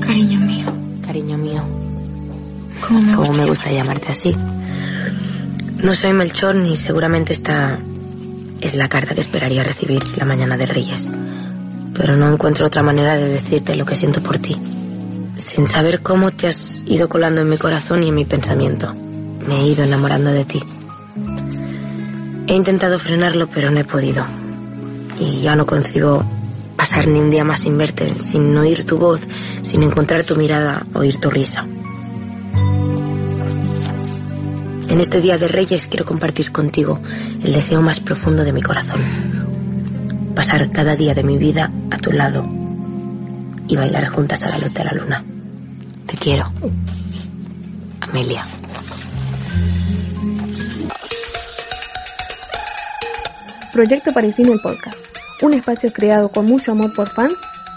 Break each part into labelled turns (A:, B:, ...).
A: Cariño mío,
B: Cariño mío,
A: ¿cómo me
B: como
A: gusta?
B: me gusta llamarte así. No soy Melchor ni seguramente esta es la carta que esperaría recibir la mañana de Reyes. Pero no encuentro otra manera de decirte lo que siento por ti. Sin saber cómo te has ido colando en mi corazón y en mi pensamiento. Me he ido enamorando de ti. He intentado frenarlo, pero no he podido. Y ya no concibo pasar ni un día más sin verte, sin oír tu voz, sin encontrar tu mirada, oír tu risa. En este Día de Reyes quiero compartir contigo el deseo más profundo de mi corazón. Pasar cada día de mi vida a tu lado y bailar juntas a la luz de la luna. Te quiero. Amelia.
C: Proyecto Parisino el Podcast, un espacio creado con mucho amor por fans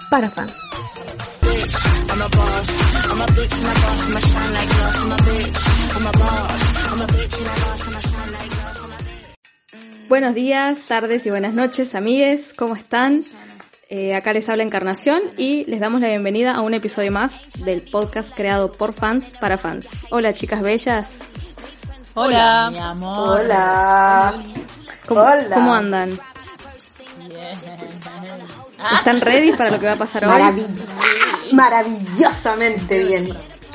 C: para fans.
D: Buenos días, tardes y buenas noches, amigues, ¿cómo están? Eh, acá les habla Encarnación y les damos la bienvenida a un episodio más del podcast creado por fans para fans. Hola, chicas bellas.
E: Hola.
F: Mi amor.
G: Hola.
D: ¿Cómo,
G: Hola.
D: cómo andan? ¿Están ready para lo que va a pasar hoy?
G: Maravillosa, maravillosamente bien.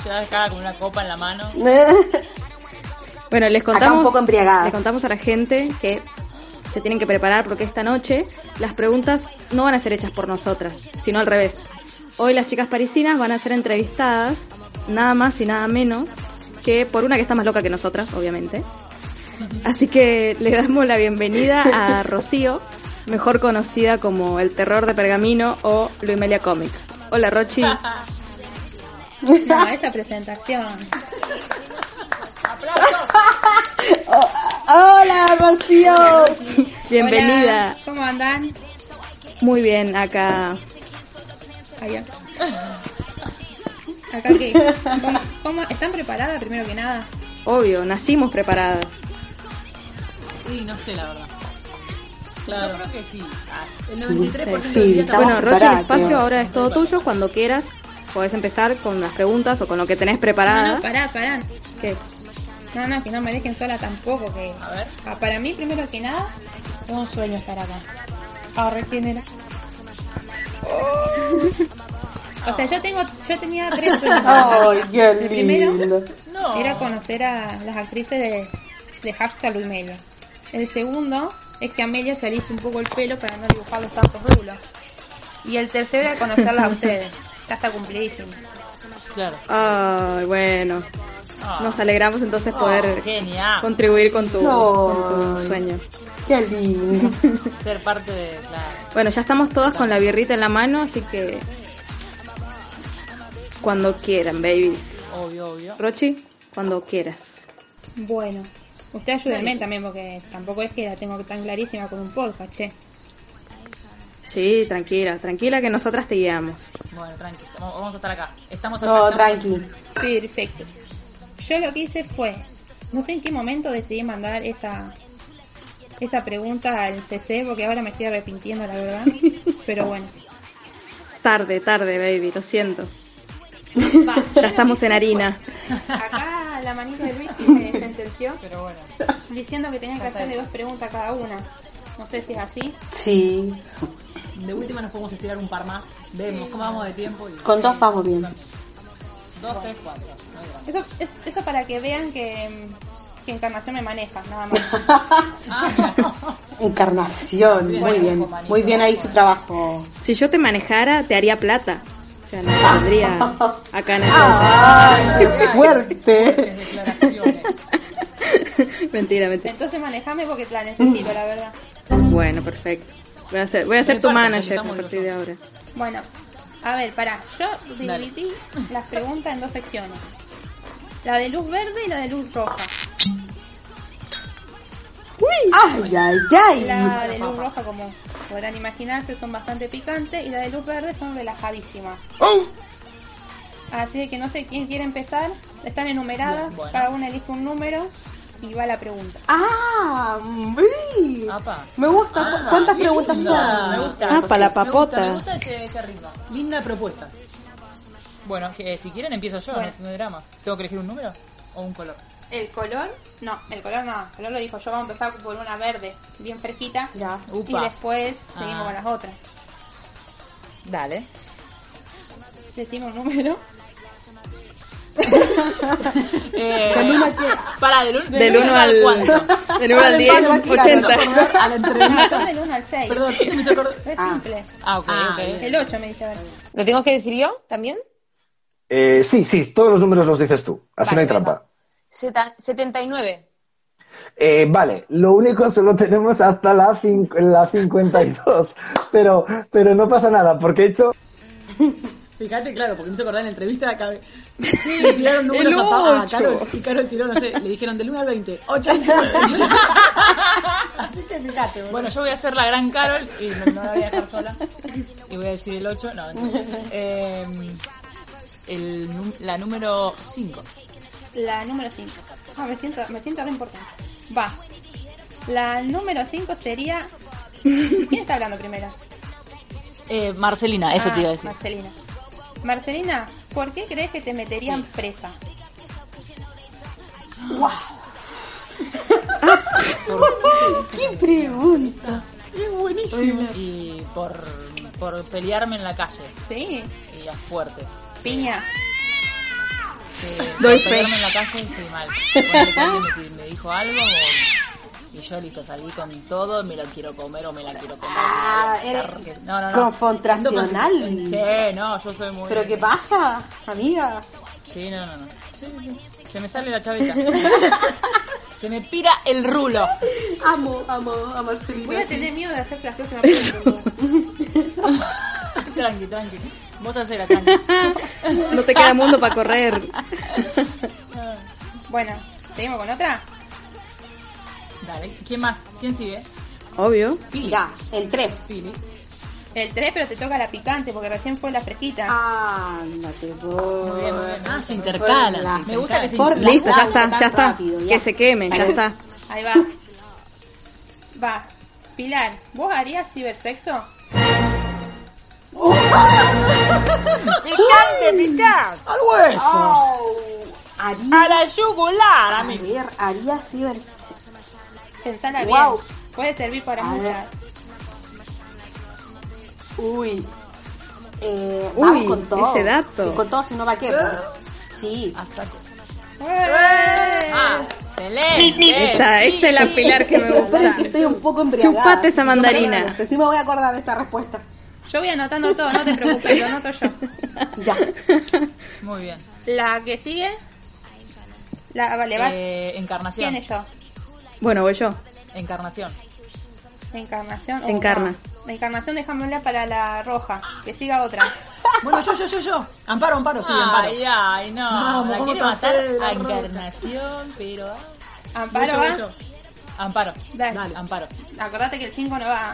F: Yo acá con una copa en la mano.
D: Bueno, les
G: un
D: contamos,
G: poco embriagadas.
D: les contamos a la gente que se tienen que preparar porque esta noche las preguntas no van a ser hechas por nosotras, sino al revés. Hoy las chicas parisinas van a ser entrevistadas, nada más y nada menos, que por una que está más loca que nosotras, obviamente. Así que le damos la bienvenida a Rocío, mejor conocida como El Terror de Pergamino o Luimelia Comic. Hola Rochi.
H: No, esa presentación.
G: Hola, Rocío.
D: Bienvenida.
H: Hola, ¿Cómo andan?
D: Muy bien, acá.
H: Allá. Acá qué. ¿Cómo, cómo- están preparadas primero que nada?
D: Obvio, nacimos preparadas.
F: Y no sé, la verdad. Yo creo que sí. Ah, El 93%
G: Sí,
F: del día
G: está-
F: está...
D: Bueno, Roche, el
G: preparadas,
D: espacio
G: tío.
D: ahora es todo tuyo. Cuando quieras, podés empezar con las preguntas o con lo que tenés
H: No,
D: preparada.
H: no, pará, pará.
D: ¿Qué?
H: No, no, que no me dejen sola tampoco. Que...
F: A ver.
H: Ah, Para mí, primero que nada, es un sueño estar acá. Ahora, ¿quién era? O sea, yo tengo, yo tenía tres sueños.
G: Oh. Ay, qué
H: El primero
G: lindo.
F: No.
H: era conocer a las actrices de, de Hashtag Luimelia. El segundo es que Amelia se alise un poco el pelo para no dibujar los tantos rulos. Y el tercero era conocerlas a ustedes. Ya está cumplidísimo.
F: Claro.
D: Ay, bueno. Nos alegramos entonces poder
F: Ah. Oh, genial.
D: contribuir con tu, con tu
G: Ay.
D: sueño.
G: Qué lindo.
F: Ser parte de... Claro.
D: Bueno, ya estamos todas con la birrita en la mano, así que. Cuando quieran, babies.
F: Obvio, obvio.
D: Rochi, cuando quieras.
H: Bueno, usted ayúdenme también porque tampoco es que la tengo tan clarísima con un podcast, che.
D: Sí, tranquila, tranquila que nosotras te guiamos.
F: Bueno, tranqui. Vamos, vamos a estar acá. Estamos acá.
G: No,
F: estamos-
G: tranqui.
H: Perfecto. Yo lo que hice fue, no sé en qué momento decidí mandar esa esa pregunta al CC porque ahora me estoy arrepintiendo la verdad, pero bueno.
D: Tarde, tarde, baby, lo siento. Ya estamos en harina.
H: Acá la manito de Luis me sentenció
F: Pero bueno.
H: diciendo que tenía que hacerle dos preguntas cada una. No sé si es así.
G: Sí.
F: De última nos podemos estirar un par más. Vemos cómo vamos de tiempo. Y...
G: Con dos vamos bien.
F: Dos, tres, cuatro. No hay drama.
H: Eso, es, eso para que vean que, mm, que Encarnación me maneja, nada más.
G: Encarnación. Muy bien. Muy bien ahí su trabajo.
D: Si yo te manejara, te haría plata. O sea, no saldría acá en el
G: Ah. ¡Ay, qué fuerte!
F: Declaraciones.
D: Mentira, mentira.
H: Entonces manejame porque la necesito, la verdad.
D: Bueno, perfecto. Voy a ser, voy a ser tu
F: Reparto,
D: manager a
F: necesitamos
D: partir de ahora.
H: Bueno, a ver, pará. Yo
F: Dale.
H: dividí las preguntas en dos secciones. La de luz verde y la de luz roja.
G: Ay, ay, ay.
H: La de luz roja, como podrán imaginarse, son bastante picantes y la de luz verde son relajadísimas. Así que no sé quién quiere empezar. Están enumeradas,
F: Bueno.
H: cada una elige un número y va la pregunta.
G: Ah, uy.
F: Apa.
G: Me gusta.
F: Ah,
G: ¿Cu- ¿Cuántas preguntas
F: linda.
G: son?
F: Me gusta.
E: Ah, para la
F: Me gusta,
E: papota.
F: Me gusta ese, ese ritmo. Linda propuesta. Bueno, que, eh, si quieren empiezo yo,
H: Bueno.
F: no hay drama. ¿Tengo que elegir un número o un color?
H: El color, no, el color no, el color lo dijo yo, vamos a empezar por una verde, bien fresquita.
G: Ya.
H: Y
F: Upa.
H: después seguimos
F: Ah.
H: con las otras.
F: Dale.
H: Decimos un número.
G: Con una que-
F: para, Eh, del, un-
E: Del 1 al
F: cuánto.
E: Del 1 al 10,
G: vale, vale,
E: 80.
G: claro.
F: A la
H: No,
F: entrevista.
H: Ah, son del 1 al 6.
F: Perdón, esto me hizo acordar-
H: Es
G: Ah.
H: simple.
F: Ah, ok, ok.
H: El 8 me dice a ver.
E: ¿Lo tengo que decir yo también?
I: Eh, sí, sí, todos los números los dices tú. Así no hay trampa.
E: Seta- 79.
I: Eh, vale, lo único solo tenemos hasta la, cinc- la 52. Pero, pero no pasa nada, porque he hecho.
F: Fíjate, claro, porque me hizo acordar en la entrevista acá. Sí, le tiraron números
E: El
F: a, Pa- a
E: ocho.
F: Carol. Y Carol tiró, no sé, le dijeron del 1 al 20. 89. Así que fíjate. Bueno, yo voy a hacer la gran Carol y no, no la voy a dejar sola. Y voy a decir el 8. No, mentira. eh, el, nu- la número 5.
H: La número 5. Ah, me siento, me siento re importante. Va. La número 5 sería. ¿Quién está hablando primero?
F: Eh, Marcelina, eso
H: Ah,
F: te iba a decir.
H: Marcelina. Marcelina, ¿por qué crees que te meterían presa?
F: Y por, por pelearme en la calle.
H: Sí,
F: Y a fuerte.
H: piña.
F: Sí,
E: Doy
F: por
E: fe.
F: Este, pegarme en la calle, sí, mal. Ponele que alguien me, me dijo algo o- y yo listo, salí con todo, me lo quiero comer o me la quiero comer.
G: Ah,
F: Me la
G: eres
F: quiero comer. no, no, no.
G: confrontacional.
F: Sí, no, yo soy muy...
G: ¿Pero qué pasa, amiga?
F: Sí, no, no, no. Sí, sí, sí. Se me sale la chaveta. Se me pira el rulo.
G: Amo, amo a Marcelina.
H: Voy a tener miedo de hacer las próximas preguntas.
F: Tranqui, tranqui. Vos hacela, tranqui.
D: No te queda mundo para correr.
H: Bueno, ¿seguimos con otra?
F: Dale. ¿Quién más? ¿Quién sigue?
D: Obvio.
F: Pili.
G: Ya, en tres.
F: Pili.
H: El 3, pero te toca la picante porque recién fue la
G: Ah.
H: fresquita.
G: Ándate, vos.
F: Muy bien, muy bien. Ah, se intercalan.
G: la-
F: se Me gusta que se
G: por la-
F: intercalan.
D: Listo, ya
G: Tan
D: está, ya está.
G: rápido, ya.
D: Que se queme, ya está.
H: Ahí va. Va. Pilar, ¿vos harías cibersexo?
E: ¡Picante, picante!
F: ¡Al hueso!
G: Oh, haría,
E: ¡A la yugular,
G: a ver, haría ciberse-
H: Pensala
G: Guau.
H: bien. Puede servir para
G: A
H: muchas.
G: Uy. Eh, vamos
D: Uy,
G: con todo.
D: ese dato.
G: Sí, con todo, si no va a quedar. Sí.
F: A saco.
H: ¡Eh!
F: Ah, excelente.
D: Esa, esa es la pilar que me
G: Esperen
D: gusta.
G: que estoy un poco embriagada.
D: Chupate esa
G: No me
D: mandarina.
G: acuerdo, Sí me voy a acordar de esta respuesta.
H: Yo voy anotando todo, no te preocupes, lo anoto yo.
G: Ya.
F: Muy bien.
H: La que sigue. La, ah, vale, va.
F: Eh,
H: ¿Quién
F: encarnación.
H: es yo?
D: Bueno, voy yo.
F: Encarnación.
H: Encarnación. o-
D: Encarna.
H: no. La encarnación dejámosla para la roja. Que siga otra.
J: Bueno, yo, yo, yo, yo. Amparo, amparo, sí, amparo.
F: Ay, ay, no.
J: Vamos,
F: la
J: vamos
F: quiero
J: a
F: matar
J: hacer la
F: a
J: roca.
F: encarnación, pero. ah.
H: Amparo
J: Voy yo,
H: va.
J: voy yo.
F: Amparo.
H: Dale.
F: Amparo.
H: Acordate que el 5 no va.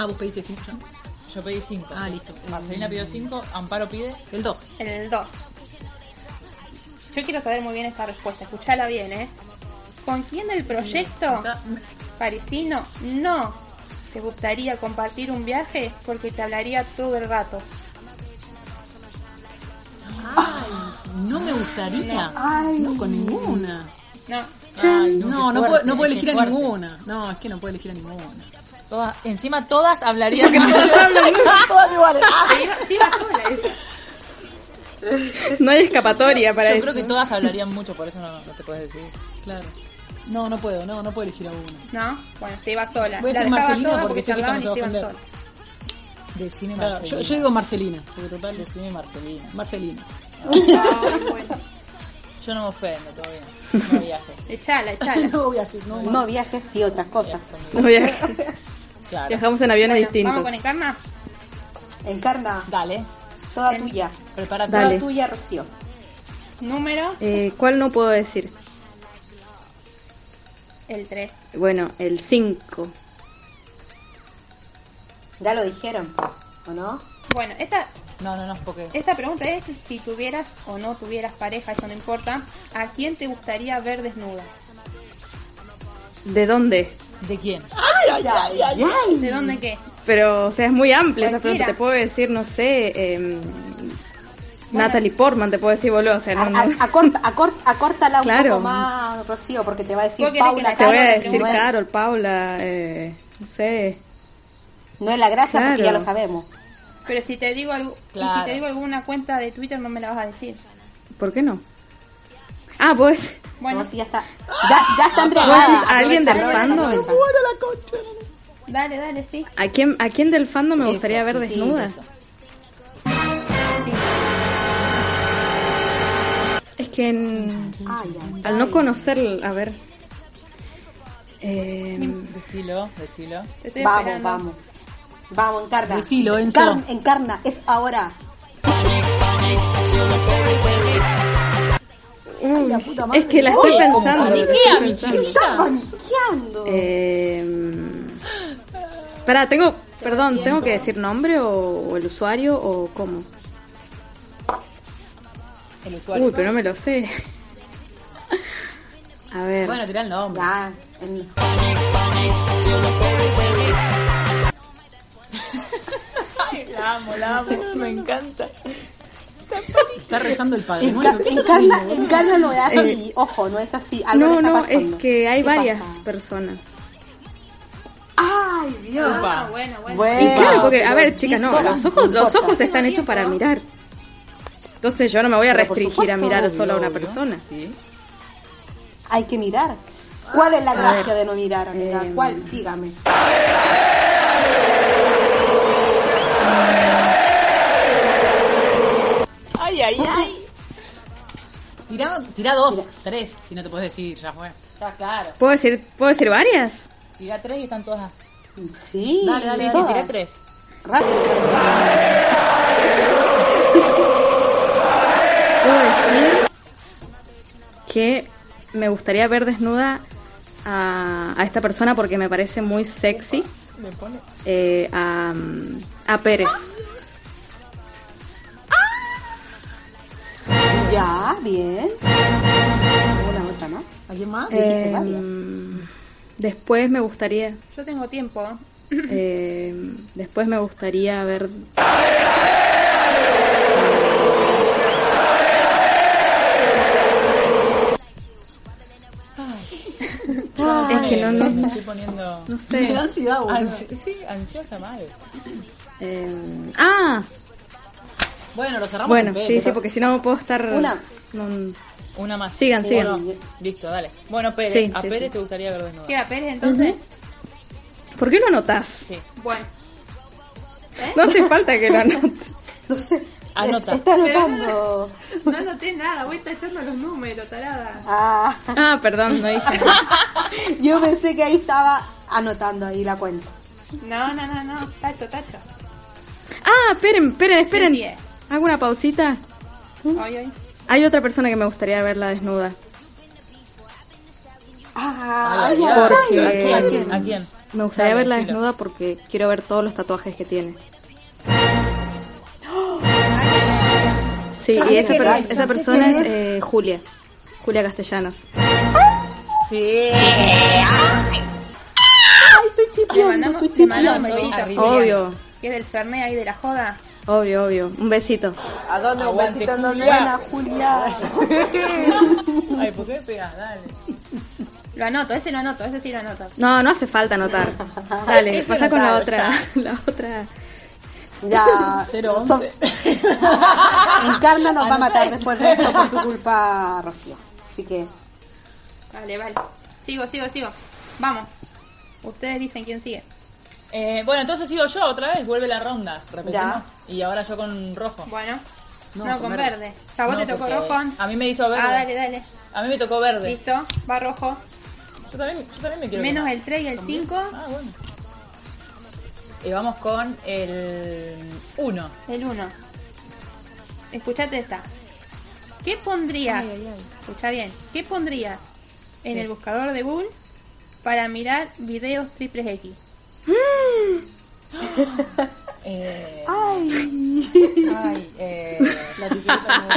J: Ah, vos pediste cinco ya.
F: Yo pedí 5.
J: Ah, listo.
F: Marcelina pidió 5, Amparo pide.
J: El 2.
H: El 2. Yo quiero saber muy bien esta respuesta. Escuchala bien, ¿eh? ¿Con quién del proyecto parisino no te gustaría compartir un viaje? Porque te hablaría todo el rato.
J: No me gustaría.
G: Ay.
J: No, con ninguna.
H: No,
F: Ay,
J: No,
F: qué
J: no puedo,
F: fuerte,
J: no puedo
F: qué
J: elegir a
F: fuerte.
J: ninguna. No, es que no puedo elegir a ninguna.
F: Todas- encima todas hablarían.
J: Todas iguales. Ah,
H: te iba, te iba sola ella.
D: No hay escapatoria para
F: Yo
D: eso.
F: creo que todas hablarían mucho, por eso no, no te puedes decir.
J: Claro. No, no puedo, no, no puedo elegir a una.
H: No, bueno, te iba sola.
J: Voy a
H: La
J: decir
H: dejaba
J: Marcelina
H: sola
J: porque
H: porque
J: sé que
H: charlaban
J: ella no
H: y
J: se va a
H: se iban
J: ofender.
H: solas.
F: Decime
J: Claro,
F: Marcelina.
J: yo, yo digo Marcelina, porque total
F: Decime Marcelina.
J: Marcelina.
H: Ay, Ah, bueno.
F: Yo no me ofendo todavía. No viajes.
H: Echala, echala.
J: no viajes, no.
G: No viajes y otras cosas.
D: No viajes.
F: Claro.
D: Viajamos en aviones distintos.
H: ¿Vamos con Encarna?
G: Encarna,
F: Dale.
G: toda tuya.
F: Prepárate.
G: Toda
D: Dale.
G: tuya, Rocío.
H: Número,
D: Eh, ¿Cuál no puedo decir?
H: el 3.
D: Bueno, el 5.
G: Ya lo dijeron, ¿o no?
H: Bueno, esta,
F: No, no, no, porque.
J: ¿Eh?
H: esta pregunta es si tuvieras o no tuvieras pareja, eso no importa. ¿A quién te gustaría ver desnuda?
D: ¿De dónde?
F: ¿De quién?
H: ¿De dónde qué?
D: Pero, o sea, es muy amplia esa
H: Cualquiera.
D: pregunta. Te puedo decir, no sé, em, Natalie Portman, te puedo decir, boludo. O sea, no, no.
G: A- a- acorta- acor- acórtala un
D: Claro.
G: poco más, Rocío, porque te va a decir
H: ¿Vos querés que
G: Paula.
H: la-
D: te voy a
G: Carol,
D: decir
G: no es-
D: Carol, Paula, eh, no sé.
G: No es la gracia
D: Claro.
G: porque ya lo sabemos.
H: Pero si te digo algo, y
F: Claro.
H: si te digo alguna cuenta de Twitter no me la vas a decir.
D: ¿Por qué no? Ah, pues,
H: Bueno, Ah,
G: No, sí, ya está. Ya, ya está
D: ¿vos decís
G: entregada.
D: a alguien del
G: Aprovecha,
D: fandom?
G: aprovecha.
H: dale, dale, sí.
D: ¿A quién, ¿a quién del fandom me
F: Eso,
D: gustaría ver
F: sí, sí,
D: desnuda?
F: eso.
D: es que en-
G: Ay, ay.
D: al no conocer, a ver. em,
F: Decilo, decilo.
H: Te estoy
G: Vamos,
H: esperando.
G: vamos. Vamos, encarna.
J: Decilo, Enzo.
G: Encar- encarna, es ahora.
D: uy, es que la estoy pensando. la estoy
F: paniquea, mi
D: pensando.
G: Está paniqueando.
D: Eh, pará, tengo, perdón, ¿tengo que decir nombre o, o el usuario o cómo?
F: El usuario.
D: Uy, pero no me lo sé. A ver,
F: Bueno, tirá el nombre.
G: Ya, en-
F: La amo, la amo. me encanta. Está rezando el padre.
G: Enca-
F: Bueno, esto es
G: encarna,
F: lindo.
G: encarna no es así. Ojo, no es así. Algo le
D: no,
G: está
D: no, es
G: pasando.
D: que hay
G: ¿Qué
D: varias
G: pasa?
D: personas.
G: Ay, Dios.
F: Upa.
H: Ah, bueno, bueno.
G: Bueno,
D: Y claro, porque, a
G: Eh, pero
D: ver, chicas, no,
G: todas,
D: los ojos, los
G: todas.
D: ojos están hechos para mirar. Entonces yo no me voy a
G: Pero por
D: restringir a
G: supuesto,
D: mirar
G: obvio,
D: solo a una
F: Obvio,
D: persona.
F: Sí.
G: Hay que mirar. ¿Cuál es la gracia
D: ver.
G: de no mirar, amiga?
D: Eh,
G: ¿Cuál? Dígame.
F: Ay, ay, ay. Tirá, tirá dos, tres, si no te puedes decir, ya fue. Ya, claro.
D: ¿Puedo decir, ¿puedo decir varias?
F: Tirá tres y están todas.
G: Sí,
F: Dale, dale, sí,
G: todas.
F: tirá tres.
G: Rápido.
D: Puedo decir que me gustaría ver desnuda a, a esta persona porque me parece muy sexy. Eh, a, a Pérez.
G: Ya, bien. Una otra, ¿no?
J: ¿Alguien más?
G: Dijiste
D: Eh,
G: varias.
D: después me gustaría.
H: Yo tengo tiempo.
D: eh, después me gustaría ver. Es que no, no,
F: Me estoy poniendo.
D: no
J: Me
D: sé.
J: da ansiedad, boludo.
F: Ansi- sí, ansiosa mal.
D: Eh, ah,
F: Bueno, lo cerramos
D: bueno,
F: en pelo.
D: sí, sí, porque si no puedo estar.
G: Una.
D: no-
F: Una más.
D: Sigan,
F: Uno.
D: sigan.
F: Listo, dale. Bueno, Pérez,
D: Sí,
F: a
D: sí,
F: Pérez
D: sí.
F: te gustaría ver desnuda.
H: Queda Pérez entonces.
D: ¿Por qué lo anotás?
F: Sí.
H: Bueno.
D: No hace falta que lo anotes.
G: No sé.
F: Anota.
G: Está anotando.
H: No anoté nada, voy tachando los números, tarada.
G: Ah,
D: Ah, perdón, no dije.
G: yo pensé que ahí estaba anotando ahí la cuenta.
H: No, no, no, no, tacho, tacho.
D: Ah, esperen, esperen, esperen.
H: Sí, sí es.
D: Hago una pausita.
H: Hoy, hoy.
D: Hay otra persona que me gustaría verla desnuda.
G: Ah, ay, ay,
F: ¿A
D: Porque-
F: quién? ¿A quién? ¿A quién?
D: Me gustaría
F: Dale,
D: verla
F: decilo.
D: desnuda porque quiero ver todos los tatuajes que tiene. Sí, y esa, per- esa persona es eh, Julia. Julia Castellanos.
F: Sí.
H: Le mandamos, le mandamos un
F: estoy
H: besito.
F: arriba.
D: Obvio,
H: Que es del Fernet ahí de la joda.
D: obvio, obvio. Un besito.
J: ¿A dónde
F: Aguante,
G: buena
F: Julia.
G: Julia.
F: Ay, ¿por qué pegas? Dale.
H: Lo anoto, ese lo anoto, ese sí lo anoto.
D: No, no hace falta anotar. Dale,
F: Ese
D: pasa con la
F: anotado,
D: otra. La otra.
G: Ya.
F: Cero
G: Son-
F: once.
G: Encarna nos va a matar después de esto por tu culpa, Rocío. Así que.
H: Vale, vale. Sigo, sigo, sigo. Vamos. Ustedes dicen quién sigue.
F: Eh, bueno, entonces sigo yo otra vez. Vuelve la ronda. Repetimos.
G: Ya.
F: Y ahora yo con rojo.
H: Bueno. No, con verde. A vos te tocó
F: porque
H: rojo.
F: A mí me hizo verde.
H: Ah, dale, dale.
F: A mí me tocó verde.
H: Listo, va rojo.
F: Yo también, yo también me quiero
H: Menos
F: quemar.
H: el 3 y el 5. Ah,
F: bueno. Y vamos con el 1.
H: El 1. Escuchate esta. ¿Qué pondrías? Escucha bien. ¿Qué pondrías en
E: Sí.
H: el buscador de Google para mirar videos triples X?
F: Ay. Ay, eh. La etiqueta no.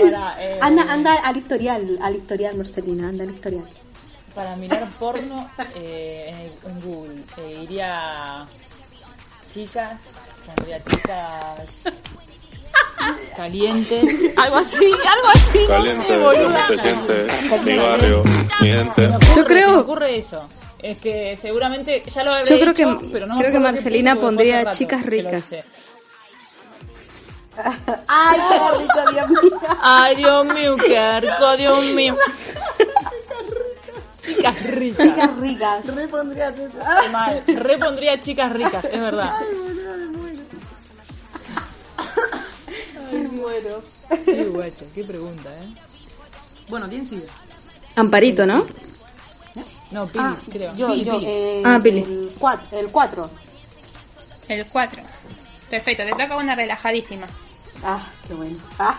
F: Para, eh,
G: Anda, anda al historial, al historial, Marcelina, anda al historial.
F: para mirar porno eh, en, en Google. Eh, iría. Chicas. Pondría chicas. Calientes. Algo así, algo así.
K: Caliente,
F: boluda.
K: no se siente, eh, mi barrio, mi gente.
F: Yo creo. Se me ocurre eso. Es que seguramente ya lo habré
D: Yo creo
F: hecho,
D: que-
F: pero no me
D: creo que
F: acuerdo qué
D: Marcelina
F: puse, porque
D: pondría
F: fue hace
D: chicas
F: rato que lo
D: ricas.
F: hice.
G: Ay, qué rico, Dios mío.
F: Ay, Dios mío, qué arco, Dios mío. Chicas ricas.
G: Chicas ricas.
J: Repondrías eso.
F: Qué mal. Repondría chicas ricas, es verdad.
J: Ay, muero.
F: Qué guacho, qué pregunta, ¿eh?
J: Bueno, ¿quién sigue?
D: Amparito, ¿no?
F: No, Pili,
G: Ah,
F: creo.
G: yo,
F: Pili,
G: yo,
F: Pili.
G: eh,
D: Ah, Pili.
G: El 4. El cuatro.
H: El 4. Perfecto, te toca una relajadísima.
G: Ah, qué bueno. Ah.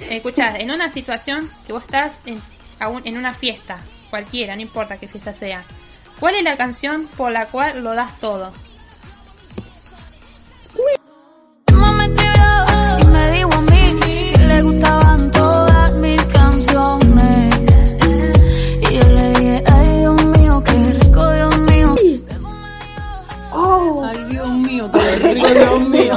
H: Escuchad, Eh, en una situación que vos estás en, aún en una fiesta, cualquiera, no importa qué fiesta sea, ¿cuál es la canción por la cual lo das todo?
L: Mamá me escribió y me dijo a mí que le gustaban todas mis canciones. Y yo le dije, ay Dios mío, qué rico, Dios mío.
G: Oh.
J: Ay, Dios mío, qué rico, Dios mío.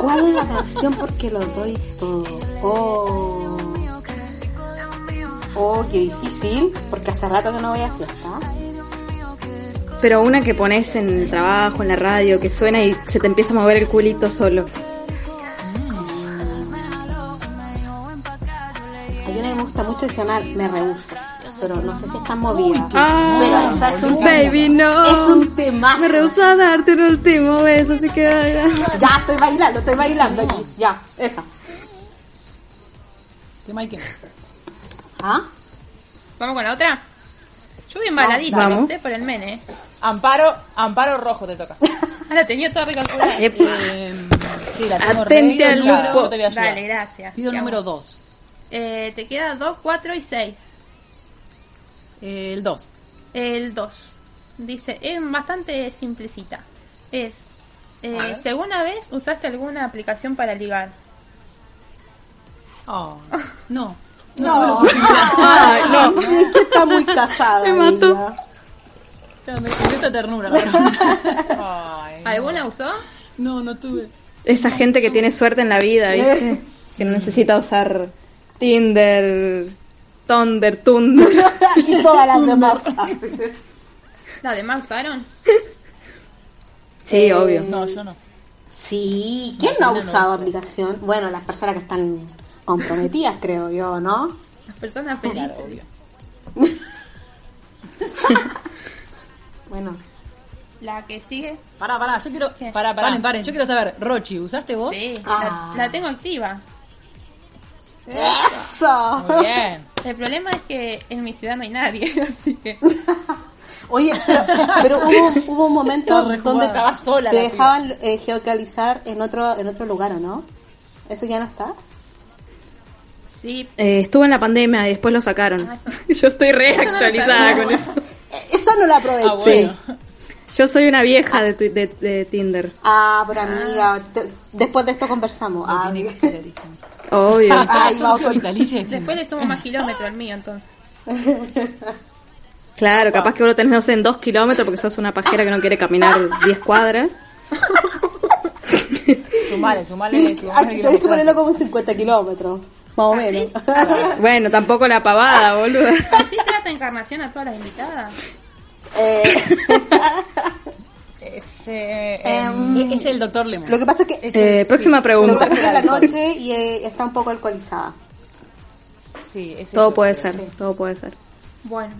G: ¿Cuál es la canción? Porque lo doy todo. Oh. Oh, qué difícil. Porque hace rato que no voy a fiesta.
D: Pero una que pones en el trabajo, en la radio, que suena y se te empieza a mover el culito solo.
G: Hay una que me gusta mucho que se llama Me Rehuso. Pero no sé si está movida.
D: Ah,
G: pero esa es un
D: Baby, no.
G: Es un tema.
D: Me rehusó a darte un último beso, así que baila.
G: Ya, estoy bailando, estoy bailando aquí. Ya, esa.
J: ¿Qué más que
G: ¿Ah?
H: ¿Vamos con la otra? Yo bien baladita,
F: Vamos.
H: ¿viste? Por el mene. ¿eh?
F: Amparo, Amparo Rojo te toca.
H: Ah, la tenía toda recalculada.
F: Eh, sí, la tengo
D: Atente
F: re
D: al
F: clara,
D: lupo.
F: yo te voy a ayudar.
H: Dale, gracias.
J: Pido el
H: Te
J: número
H: amo.
J: 2.
H: Eh, te queda 2, 4 y 6.
J: El 2.
H: El 2. Dice, es bastante simplecita. Es,
J: A
H: eh,
J: ver.
H: si alguna vez usaste alguna aplicación para ligar.
J: Oh, no.
G: No.
J: Ay, no.
G: Es que está muy casada.
J: Me mató.
G: ella.
J: Me me dio esta ternura. pero- Ay,
H: ¿Alguna usó?
J: No, no tuve.
D: Esa gente que tiene suerte en la vida, ¿viste? Que no necesita usar Tinder, Thunder, Thunder.
G: y todas las demás.
H: ¿La demás usaron?
D: Sí, obvio.
F: No, yo no.
G: Sí, ¿quién no ha usado aplicación? Bueno, las personas que están comprometidas, creo yo, ¿no?
H: Las personas felices.
G: Bueno.
H: La que sigue.
J: Pará, pará, yo quiero.
F: Pará, pará.
J: Paren, paren, yo quiero saber, Rochi, ¿usaste vos?
H: Sí,
J: Ah.
H: la, la tengo activa.
G: ¡Eso!
J: Muy bien.
H: El problema es que en mi ciudad no hay nadie, así que...
G: Oye, pero, pero hubo, hubo un momento
H: Estaba rejugada.
G: donde
H: Estaba sola
G: te
H: la
G: dejaban eh, geocalizar en otro, en otro lugar, ¿o no? ¿Eso ya no está?
H: Sí.
D: Eh, estuvo en la pandemia y después lo sacaron. Yo estoy re
G: Eso no lo
D: actualizada
G: sabía.
D: con eso.
G: Eh, Esa no la aproveché.
D: Yo soy una vieja de, tu- de- de Tinder.
G: Ah, pero amiga, te- después de esto conversamos. Ah,
D: Obvio.
G: Ay, va otro-
F: este,
H: Después le sumo más kilómetros al mío, entonces.
D: Claro, capaz que vos lo tenés, no sé, en dos kilómetros porque sos una pajera que no quiere caminar diez cuadras.
F: Sumale, sumale,
G: Ay,
F: sumale.
G: tenés que ponerlo como 50 kilómetros, más o menos.
D: Bueno, tampoco la pavada, boludo.
H: ¿Así trata encarnación a todas las invitadas?
G: Eh,
F: Es, eh,
G: Em,
J: es el doctor Lemon.
G: Lo que pasa es que.
D: Eh, próxima pregunta.
G: Lo que pasa es que es la noche y eh, está un poco alcoholizada.
F: Sí, es
D: Todo puede ser, todo puede ser.
H: Bueno.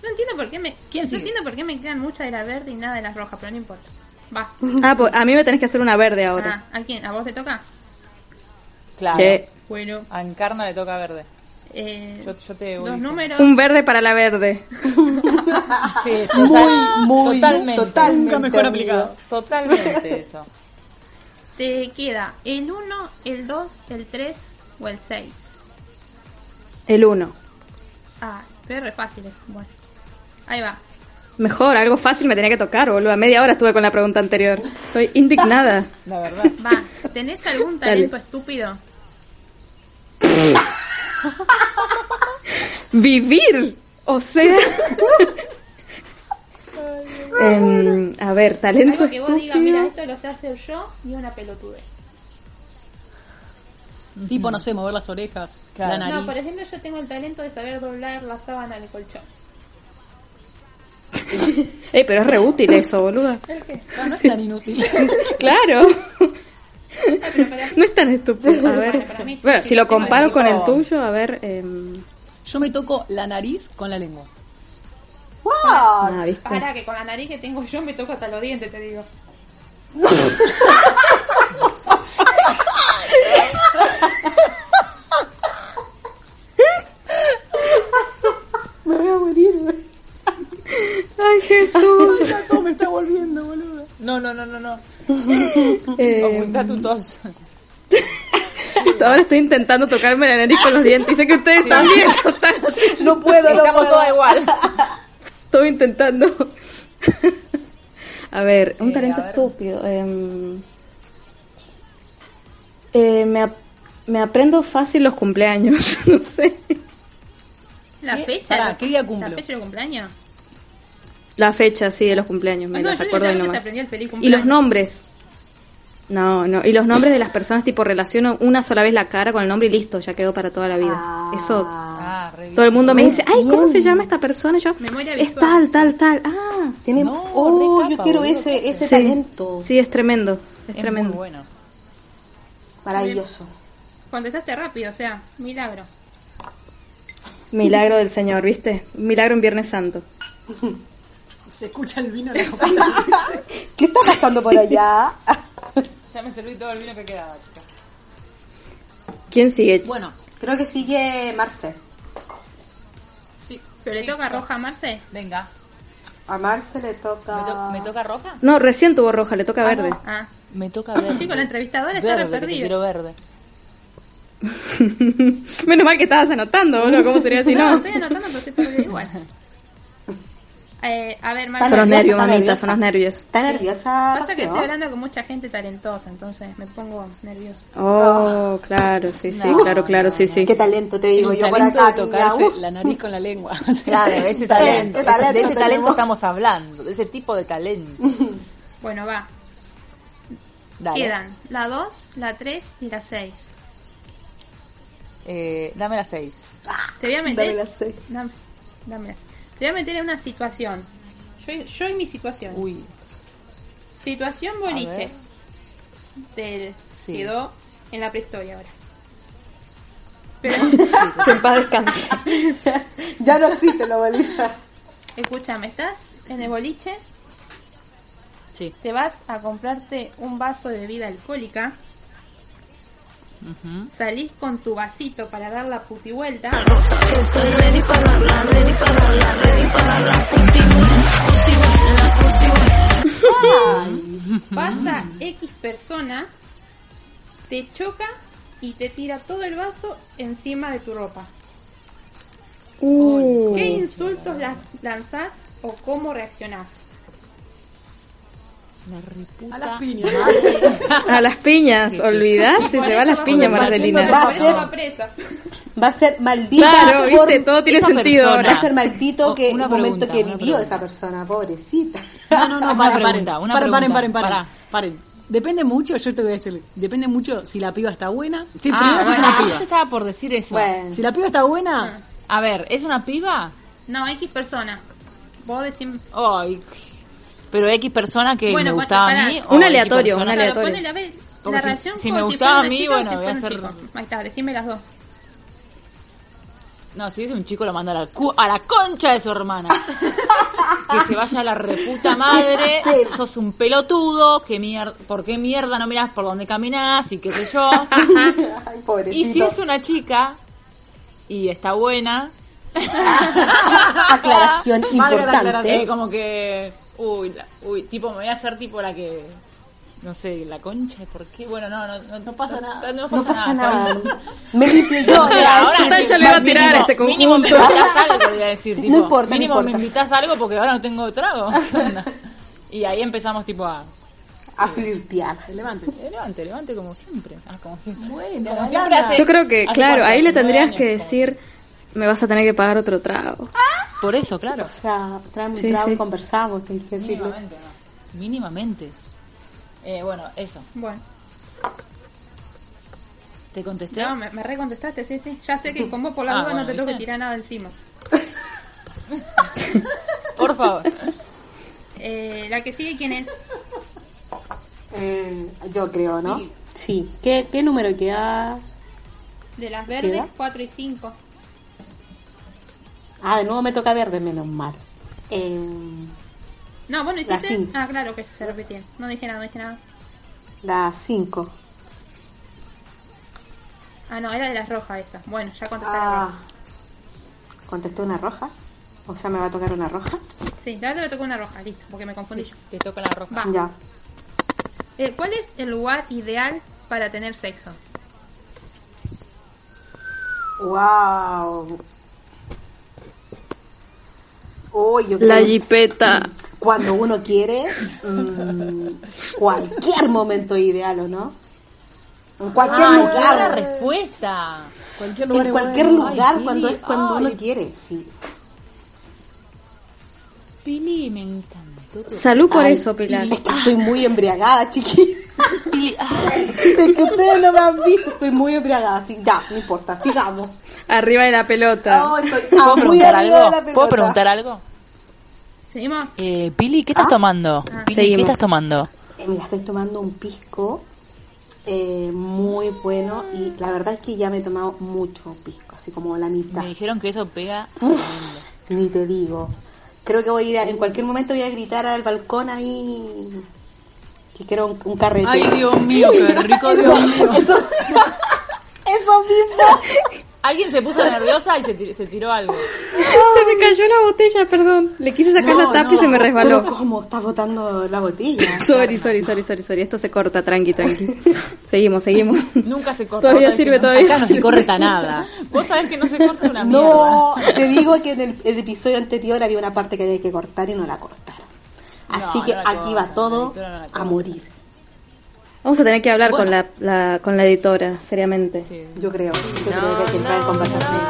H: No entiendo por qué me...
J: ¿Quién
H: no entiendo por qué me quedan muchas de la verde y nada de las rojas, pero no importa. Va.
D: Ah, pues a mí me tenés que hacer una verde ahora.
H: Ah, ¿A quién? ¿A vos te toca?
F: Claro.
D: Che.
H: Bueno.
F: A Encarna le toca verde.
H: Eh,
F: Yo, yo te voy
H: dos
F: diciendo.
H: números.
D: Un verde para la verde.
F: Sí,
G: Muy,
F: total-
G: muy,
F: totalmente.
G: totalmente,
F: Nunca
G: amigo.
F: mejor aplicado. Totalmente eso.
H: Te queda el 1, el 2, el 3 o el 6.
D: El 1.
H: Ah, pero es fácil eso. Bueno. Ahí va.
D: Mejor, algo fácil me tenía que tocar, boludo. A media hora estuve con la pregunta anterior. Estoy indignada.
F: La verdad.
H: Va. ¿Tenés algún
D: Dale.
H: talento estúpido?
D: Vivir. O sea. Em, a ver, talento
H: Algo que vos digas, mira,
D: estúpido.
H: esto lo sé hacer yo y es una pelotude.
J: Tipo, no sé, mover las orejas, la nariz.
H: No, por ejemplo, yo tengo el talento de saber doblar la sábana en el colchón.
D: Ey, Eh, pero es re útil eso, boluda.
H: ¿El qué?
J: No es tan inútil.
D: Claro. No es tan estúpido. A ver. Bueno, si lo comparo con el tuyo, a ver. em,
J: Yo me toco la nariz con la lengua.
D: ah, ¿viste?
H: Para que con la nariz que tengo yo me toco hasta los dientes, te digo.
G: Me voy a morir, güey.
D: Ay, Jesús.
J: ¿Cómo me está volviendo, boludo? No, no, no, no, no.
D: Em,
F: Ocultá tu tos.
D: Ahora estoy intentando tocarme la nariz con los dientes. Y sé que ustedes también lo están haciendo.
G: No puedo, no
F: Estamos
G: puedo.
F: todas igual.
D: Estoy intentando. A ver, un
F: Eh,
D: talento
F: a ver.
D: estúpido. em. Eh, me, ap- me aprendo fácil los cumpleaños. No sé.
H: ¿La
J: ¿Qué?
H: fecha?
J: Pará,
H: la-
J: ¿qué día cumplo?
H: ¿La fecha de cumpleaños?
D: La fecha, sí, de los cumpleaños. Me
H: Ah, no,
D: las
H: yo
D: acuerdo
H: ya
D: y
H: creo que
D: nomás.
H: te aprendí el feliz
D: Y los
H: cumpleaños.
D: nombres. No, no. Y los nombres de las personas, tipo, relaciono una sola vez la cara con el nombre y listo, ya quedó para toda la vida. Eso.
F: Ah, re bien.
D: Todo el mundo me dice, ay, ¿cómo se llama esta persona? Y yo,
H: Memoria
D: es
H: visual.
D: tal, tal, tal. Ah,
G: Tiene...
F: No,
G: oh,
F: re
G: yo
F: capa,
G: quiero
F: boludo,
G: ese, ese
D: Sí.
G: talento.
D: sí, es tremendo. Es,
F: Es muy
D: tremendo.
F: bueno.
G: Maravilloso.
H: Contestaste rápido, o sea, milagro.
D: Milagro del Señor, ¿viste? Milagro en Viernes Santo.
J: Se escucha el vino en la copa.
G: ¿Qué está pasando por allá?
F: Ya me serví todo el vino que quedaba, chica.
D: ¿Quién sigue?
J: Bueno,
G: Creo que sigue Marce.
F: sí.
H: ¿Pero le
F: sí,
H: toca a
F: yo-
H: Roja Marce?
F: Venga.
G: A Marce le
F: ¿Me, to-
G: toca...
F: me toca roja?
D: No, recién tuvo roja, le toca verde.
H: Ah,
F: Me toca verde.
H: Chico, la entrevistadora está
F: verde,
H: re
F: que te
H: perdida.
F: quiero verde.
D: Menos mal que estabas anotando, boludo. ¿Cómo sería si
H: no,
D: no?
H: estoy anotando, pero estoy perdida igual. Eh, a ver,
G: Está
H: Marce,
D: Son los
G: nerviosa,
D: nervios, mamita,
G: está nerviosa.
D: son los nervios.
G: Está nerviosa.
H: pasa que
G: Rocío?
H: estoy hablando con mucha gente talentosa, entonces me pongo nerviosa.
D: Oh, claro, sí, sí,
F: No,
D: claro, claro, sí, sí.
G: Qué talento te digo
J: el
G: yo por
J: talento
G: acá.
J: de
G: amiga.
J: tocarse
G: Uh,
J: la nariz con la lengua.
F: Claro, de ese
G: Ese
F: talento.
G: talento
F: ese- de ese
G: tenemos.
F: talento estamos hablando. De ese tipo de talento.
H: Bueno, va.
F: Dale.
H: Quedan la 2, la 3 y la 6.
F: Eh, dame las seis.
H: Te voy a
G: dale
H: meter.
G: la seis.
H: Dame, dame la seis. Te voy a meter en una situación. Yo, yo y mi situación.
F: Uy.
H: Situación
F: A
H: boliche.
F: ver.
H: Del,
F: Sí.
H: Quedó en la prehistoria ahora.
D: Que en paz descanse.
G: Ya no existe la baliza.
H: Escúchame, estás en el boliche,
F: Sí.
H: te vas a comprarte un vaso de bebida alcohólica,
F: Ujú.
H: salís con tu vasito para dar la puti vuelta. Pasa X persona, te choca y te tira todo el vaso encima de tu ropa.
D: Uh,
H: ¿Qué insultos las- lanzás o cómo reaccionás?
F: La reputa.
J: A las piñas.
D: a las piñas, olvidaste,
H: Por
D: se va a
H: eso
D: las
H: vas
D: piñas,
H: presa.
D: Marcelina.
G: Va
H: Por
G: a
H: eso
G: ser-
H: va presa.
G: Va a ser maldita.
D: Claro,
G: por-
D: viste, todo tiene
F: esa
D: sentido
F: persona.
G: Va a
D: ahora.
G: ser maldito
F: O-
G: que el
F: Oh, una
G: momento
F: pregunta,
G: que
F: una
G: vivió
F: pregunta.
G: esa persona, pobrecita.
J: No, no, no,
F: Una
J: paren,
F: pregunta,
J: paren,
F: una
J: paren, paren,
F: pregunta.
J: paren, paren,
F: Pará.
J: paren. Depende mucho, yo te voy a decir, depende mucho si la piba está buena. Sí,
F: Ah,
J: primero si es
F: bueno,
J: una
F: yo te
J: piba.
F: estaba por decir eso.
G: Bueno,
J: Si la piba está buena,
F: A ver, ¿es una piba?
H: No, X persona. Vos decís...
F: Ay. Pero X persona que
H: Bueno, bueno,
F: me gustaba
H: pará.
F: a mí. o
D: Un
F: X
D: aleatorio,
F: persona-
D: un
H: Claro,
D: aleatorio.
H: ponele a ver
F: Porque
H: la
F: si-
H: reacción
F: si
H: con
F: me
H: si
F: gustaba
H: fuera
F: a
H: una
F: mí,
H: chica o
F: bueno,
H: si
F: voy a
H: fuera un
F: hacer-
H: chico. Ahí está, decime las dos.
F: No, si es un chico lo manda a la, cu- a la concha de su hermana. que se vaya a la reputa madre, sos un pelotudo, que mier- ¿por qué mierda no mirás por dónde caminás y qué sé yo? Ah, y si es una chica y está buena,
G: Aclaración
F: Valga la
G: importante.
F: aclaración, como que, uy, la- uy, tipo, me voy a hacer tipo la que, no sé, la concha, ¿por qué? Bueno, no, no, no, pasa nada. No, pasa, nada.
G: Me limpio yo.
F: No, pero ahora sí, más mínimo- Mínimo me invitas algo, podría decir.
G: No
F: tipo,
G: importa, no
F: Mínimo me
G: importa.
F: invitas algo porque ahora no tengo trago. ¿Qué onda? y ahí empezamos tipo a...
G: A flirtear.
F: Levante, levante, levante como siempre. Ah, como siempre.
J: Bueno,
F: como siempre hace-
D: Yo creo que,
F: hace
D: claro,
F: cuánto,
D: ahí le
F: 19
D: tendrías
F: años.
D: que decir, me vas a tener que pagar otro trago.
F: Por eso, claro.
G: O sea, tráeme un
D: Sí,
G: trago
D: sí.
G: y conversamos, tenés que decirlo.
F: Mínimamente, ¿no? Mínimamente. Eh, bueno, eso.
H: Bueno.
F: ¿Te contesté?
H: No, me, me recontestaste, sí, sí. Ya sé que con vos por la
F: Ah,
H: duda
F: bueno,
H: no te tengo que
F: ¿viste?
H: tirar nada encima.
F: Por favor.
H: Eh, la que sigue, ¿quién es?
G: Eh, yo creo, ¿no? Sí. ¿Qué, qué número queda?
H: De las
G: ¿Qué
H: verdes,
G: edad?
H: 4 y 5.
G: Ah, de nuevo me toca verde, menos mal. Eh,
H: No, bueno,
G: Las
H: hiciste.
G: cinco.
H: Ah, claro que se repetía. No dije nada, no dije nada.
G: la 5.
H: Ah, no, era de las rojas esa. Bueno, ya contesté la
G: Ah.
H: roja.
G: ¿Contestó una roja? O sea, ¿me va a tocar una roja?
H: Sí, la otra me tocó una roja, listo, porque me confundí yo.
F: Te toca la roja.
H: Va.
G: Ya.
H: Eh, ¿Cuál es el lugar ideal para tener sexo?
G: ¡Wow! Oh, yo
D: La
G: creo-
D: jipeta.
G: Cuando uno quiere, mm, cualquier momento ideal, ¿o no? En cualquier
F: Ay, qué buena
G: lugar.
F: respuesta. Cualquier
G: En cualquier lugar, cuando, cuando uno quiere, sí.
F: Pili, me encantó. tu-
D: Salud por
G: Ay,
D: eso, Pilar.
G: Pili, Es que estoy muy embriagada, chiqui.
F: ah,
G: Es que ustedes no me han visto, estoy muy embriagada. Sí, ya, no importa, sigamos.
D: Arriba de la pelota.
G: Ah, estoy- ah,
F: ¿Puedo
G: muy
F: preguntar
G: arriba de la
F: algo? ¿Puedo
G: pelota.
F: preguntar algo?
H: ¿Seguimos?
F: Eh, Pili, ¿qué estás tomando? Pili, ¿qué
G: seguimos.
F: estás tomando?
G: Eh, mira, estoy tomando un pisco eh, muy bueno y la verdad es que ya me he tomado mucho pisco, así como la mitad.
F: Me dijeron que eso pega.
G: Ni te digo. Creo que voy a ir a- en cualquier momento voy a gritar al balcón ahí que quiero un, un carrete.
J: Ay, Dios mío, qué rico, Dios mío.
G: Eso mismo.
F: Alguien se puso nerviosa y se, tir- se tiró algo.
D: Se me cayó la botella, perdón. Le quise sacar la
G: No,
D: tapa y
G: no,
D: se me
G: pero
D: resbaló.
G: ¿Cómo estás botando la botella?
D: Sorry, sorry, sorry, sorry, sorry. Esto se corta, tranqui, tranqui. Seguimos, seguimos.
F: Nunca se corta.
D: Todavía
F: Vos sabés
D: sirve,
F: que no-
D: todavía
F: Acá no se
D: sirve.
F: corta nada. Vos sabés que no se corta una mierda.
G: No, te digo que en el, el episodio anterior había una parte que había que cortar y no la cortaron. Así
F: No,
G: que
F: no la
G: aquí va
F: cortan,
G: todo
F: Víctora, no la
G: a
F: cortan.
G: morir,
D: Vamos a tener que hablar con
F: Bueno.
D: la, la- con la editora, seriamente. Sí.
G: yo creo. Yo creo que hay que entrar en conversación.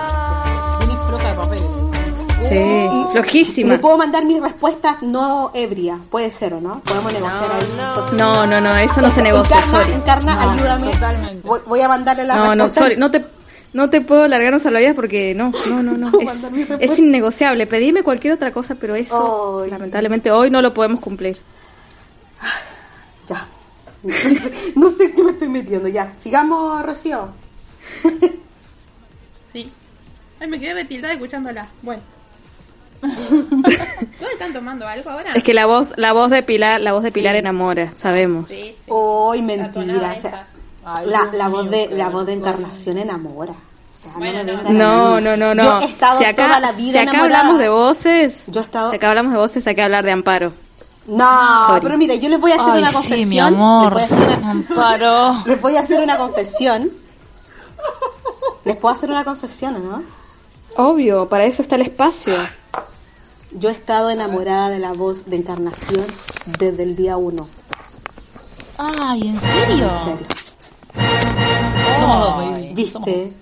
F: Viene flota de papel.
D: Flojísima.
G: Le puedo mandar mis respuestas no ebria, puede ser o no. Podemos negociar ahí. Sofía.
D: No, no, no, eso no se negocia,
G: Encarna,
D: sorry.
G: Encarna,
F: No,
G: ayúdame.
F: totalmente.
G: Voy, voy a mandarle la
D: No, no,
G: respuesta.
D: sorry, no te, no te puedo largarnos a la vida porque no, no, no, no. Es, es innegociable. Pedime cualquier otra cosa, pero eso,
G: Ay.
D: lamentablemente, hoy no lo podemos cumplir.
G: Ya. no sé qué me estoy metiendo, ya. Sigamos, Rocío.
H: Sí. Ay, me quedé retildada escuchándola. Bueno. ¿Todos están tomando algo
F: Ah.
H: ahora?
D: Es que la voz, la voz de Pilar, la voz de Pilar enamora, sabemos.
H: Sí, sí.
G: Hoy
H: tonada
G: mentira. o sea,
H: esa.
F: Ay,
G: la,
F: Dios
G: la voz
F: mío,
G: de
F: qué
G: la voz de
F: vergüenza.
G: encarnación enamora. O sea, no
H: Bueno,
G: me
H: no,
G: vengan a
D: No,
G: mí.
D: no, no,
G: Yo
D: no.
G: he estado
D: Si acá,
G: toda la vida
D: si acá
G: enamorada.
D: hablamos de voces,
G: Yo he estado-
D: si acá hablamos de voces, hay que hablar de Amparo.
G: No,
D: Sorry.
G: pero mira, yo les voy a hacer
F: Ay,
G: una confesión.
F: sí, mi amor.
G: Les voy a hacer una-
F: Amparo.
G: Les voy a hacer una confesión. ¿Les puedo hacer una confesión o no?
D: Obvio, para eso está el espacio.
G: Yo he estado enamorada de la voz de Encarnación desde el día uno.
F: Ay, ¿en
G: En
F: serio?
G: serio.
F: Ah, Somos dos, baby.
G: ¿Viste?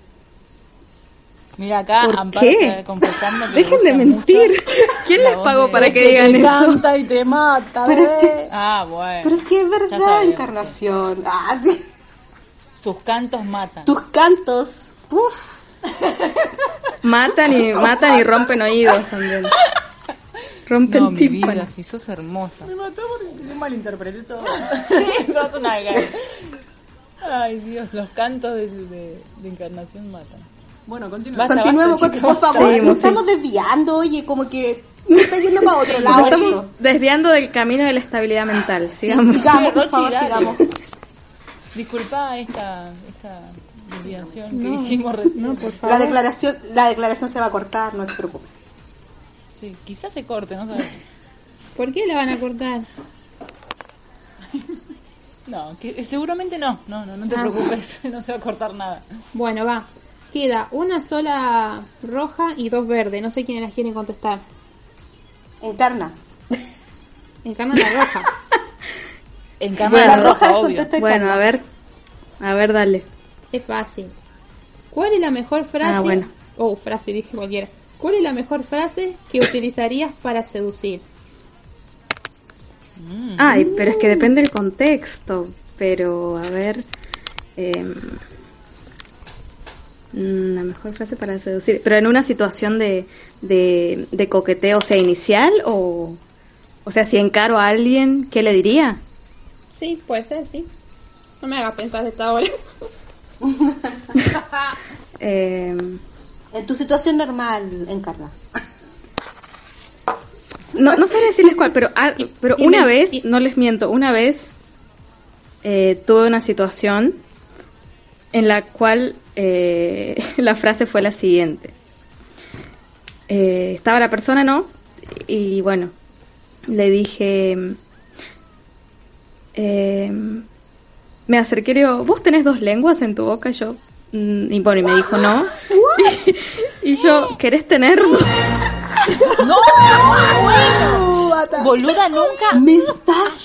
F: Mira acá,
D: ¿Por
F: Amparo
D: qué?
F: está confesando que le
D: Dejen de
F: gusta
D: mentir. ¿Quién
F: la
D: les
F: voz
D: pagó
F: de-
D: para que digan
J: te
D: eso?
J: canta y te mata,
G: Pero es
J: ¿ves?
G: que,
F: Ah, bueno.
G: pero es que es
F: Ya
G: verdad,
F: sabemos.
G: Encarnación. Ah, sí.
F: Sus cantos matan.
G: Tus cantos. Uf.
D: Matan y matan y rompen oídos también. Rompen
F: No, mi
D: tímpanos.
F: vida, si sos hermosa.
J: Me mató porque yo malinterpreté todo.
F: Sí, sos una gay. Ay, Dios, los cantos de, de, de encarnación matan.
J: Bueno, continúa.
F: Basta,
G: Continuemos,
F: basta,
G: con-
F: Ah, chicos.
G: por favor.
D: Seguimos,
G: Nos estamos desviando, oye, como que Se está yendo para otro
D: Nos
G: lado.
D: estamos desviando del camino de la estabilidad mental. Sigamos.
G: sigamos, por favor, sigamos.
F: Disculpa esta, esta desviación que hicimos recién.
G: La declaración, la declaración se va a cortar, no te preocupes.
F: Sí, quizás se corte, no sabes.
H: ¿Por qué la van a cortar?
F: No, que, seguramente no. No, no, no te
H: Ah.
F: preocupes. No se va a cortar nada.
H: Bueno, va. Queda una sola roja y dos verdes. No sé quiénes las quieren contestar.
G: Encarna.
H: Encarna la roja.
F: En
H: cámara roja, obvio.
D: Bueno, a ver. A ver, dale.
H: Es fácil. ¿Cuál es la mejor frase?
D: Ah, bueno.
H: Oh, frase, dije cualquiera. ¿Cuál es la mejor frase que utilizarías para seducir?
D: Ay, pero es que depende del contexto. Pero, a ver. em, mm, la mejor frase para seducir. Pero en una situación de, de, de coqueteo, o sea, inicial o. O sea, si encaro a alguien, ¿qué le diría?
H: Sí, puede ser, sí. No me hagas pensar esta hora.
D: Em,
G: En tu situación normal, Encarna.
D: No, no sé decirles cuál, pero, ah, pero
G: y
D: una
G: me-
D: vez, no les miento, una vez eh, tuve una situación en la cual eh, la frase fue la siguiente. Eh, estaba la persona, ¿no? Y bueno, le dije, eh, me acerqué y le digo, ¿vos tenés dos lenguas en tu boca? Y yo, mm, y bueno, y me dijo, no. Y, yo, ¿querés tener dos?
F: ¡No! Boluda nunca. Me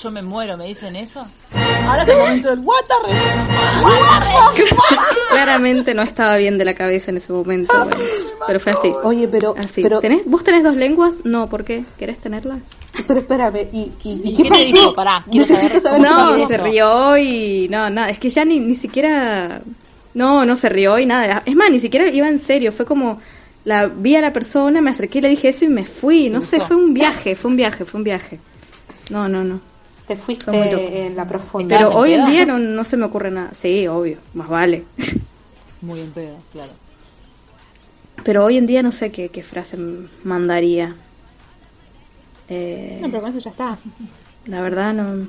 F: yo me muero, ¿me dicen eso? Ahora es el momento del what the re- what the re-
D: Claramente no estaba bien de la cabeza en ese momento, bueno, pero fue así.
G: Oye, pero,
F: Ah,
D: así. ¿Tenés- ¿Vos tenés dos lenguas? No, ¿por qué? ¿Querés tenerlas?
G: Pero espérame, ¿y, y, y
F: ¿Y
G: qué,
F: qué te
G: pasó?
F: dijo? Pará, quiero
G: Necesito
F: saber.
G: qué
D: No,
G: pasó.
D: se rió y... No, no, es que ya ni, ni siquiera... No, no se rió y nada. Es más, ni siquiera iba en serio. Fue como... La vi a la persona, me acerqué, le dije eso y me fui. No sé, fue un viaje, fue un viaje, fue un viaje. No, no, no.
G: Te fuiste
D: Fue muy loco.
G: en la profunda.
D: Pero hoy en día no, no se me ocurre nada. Sí, obvio, más vale.
F: Muy en pedo, claro.
D: Pero hoy en día no sé qué, qué frase m- mandaría. Eh,
H: No, pero con eso ya está.
D: La verdad no.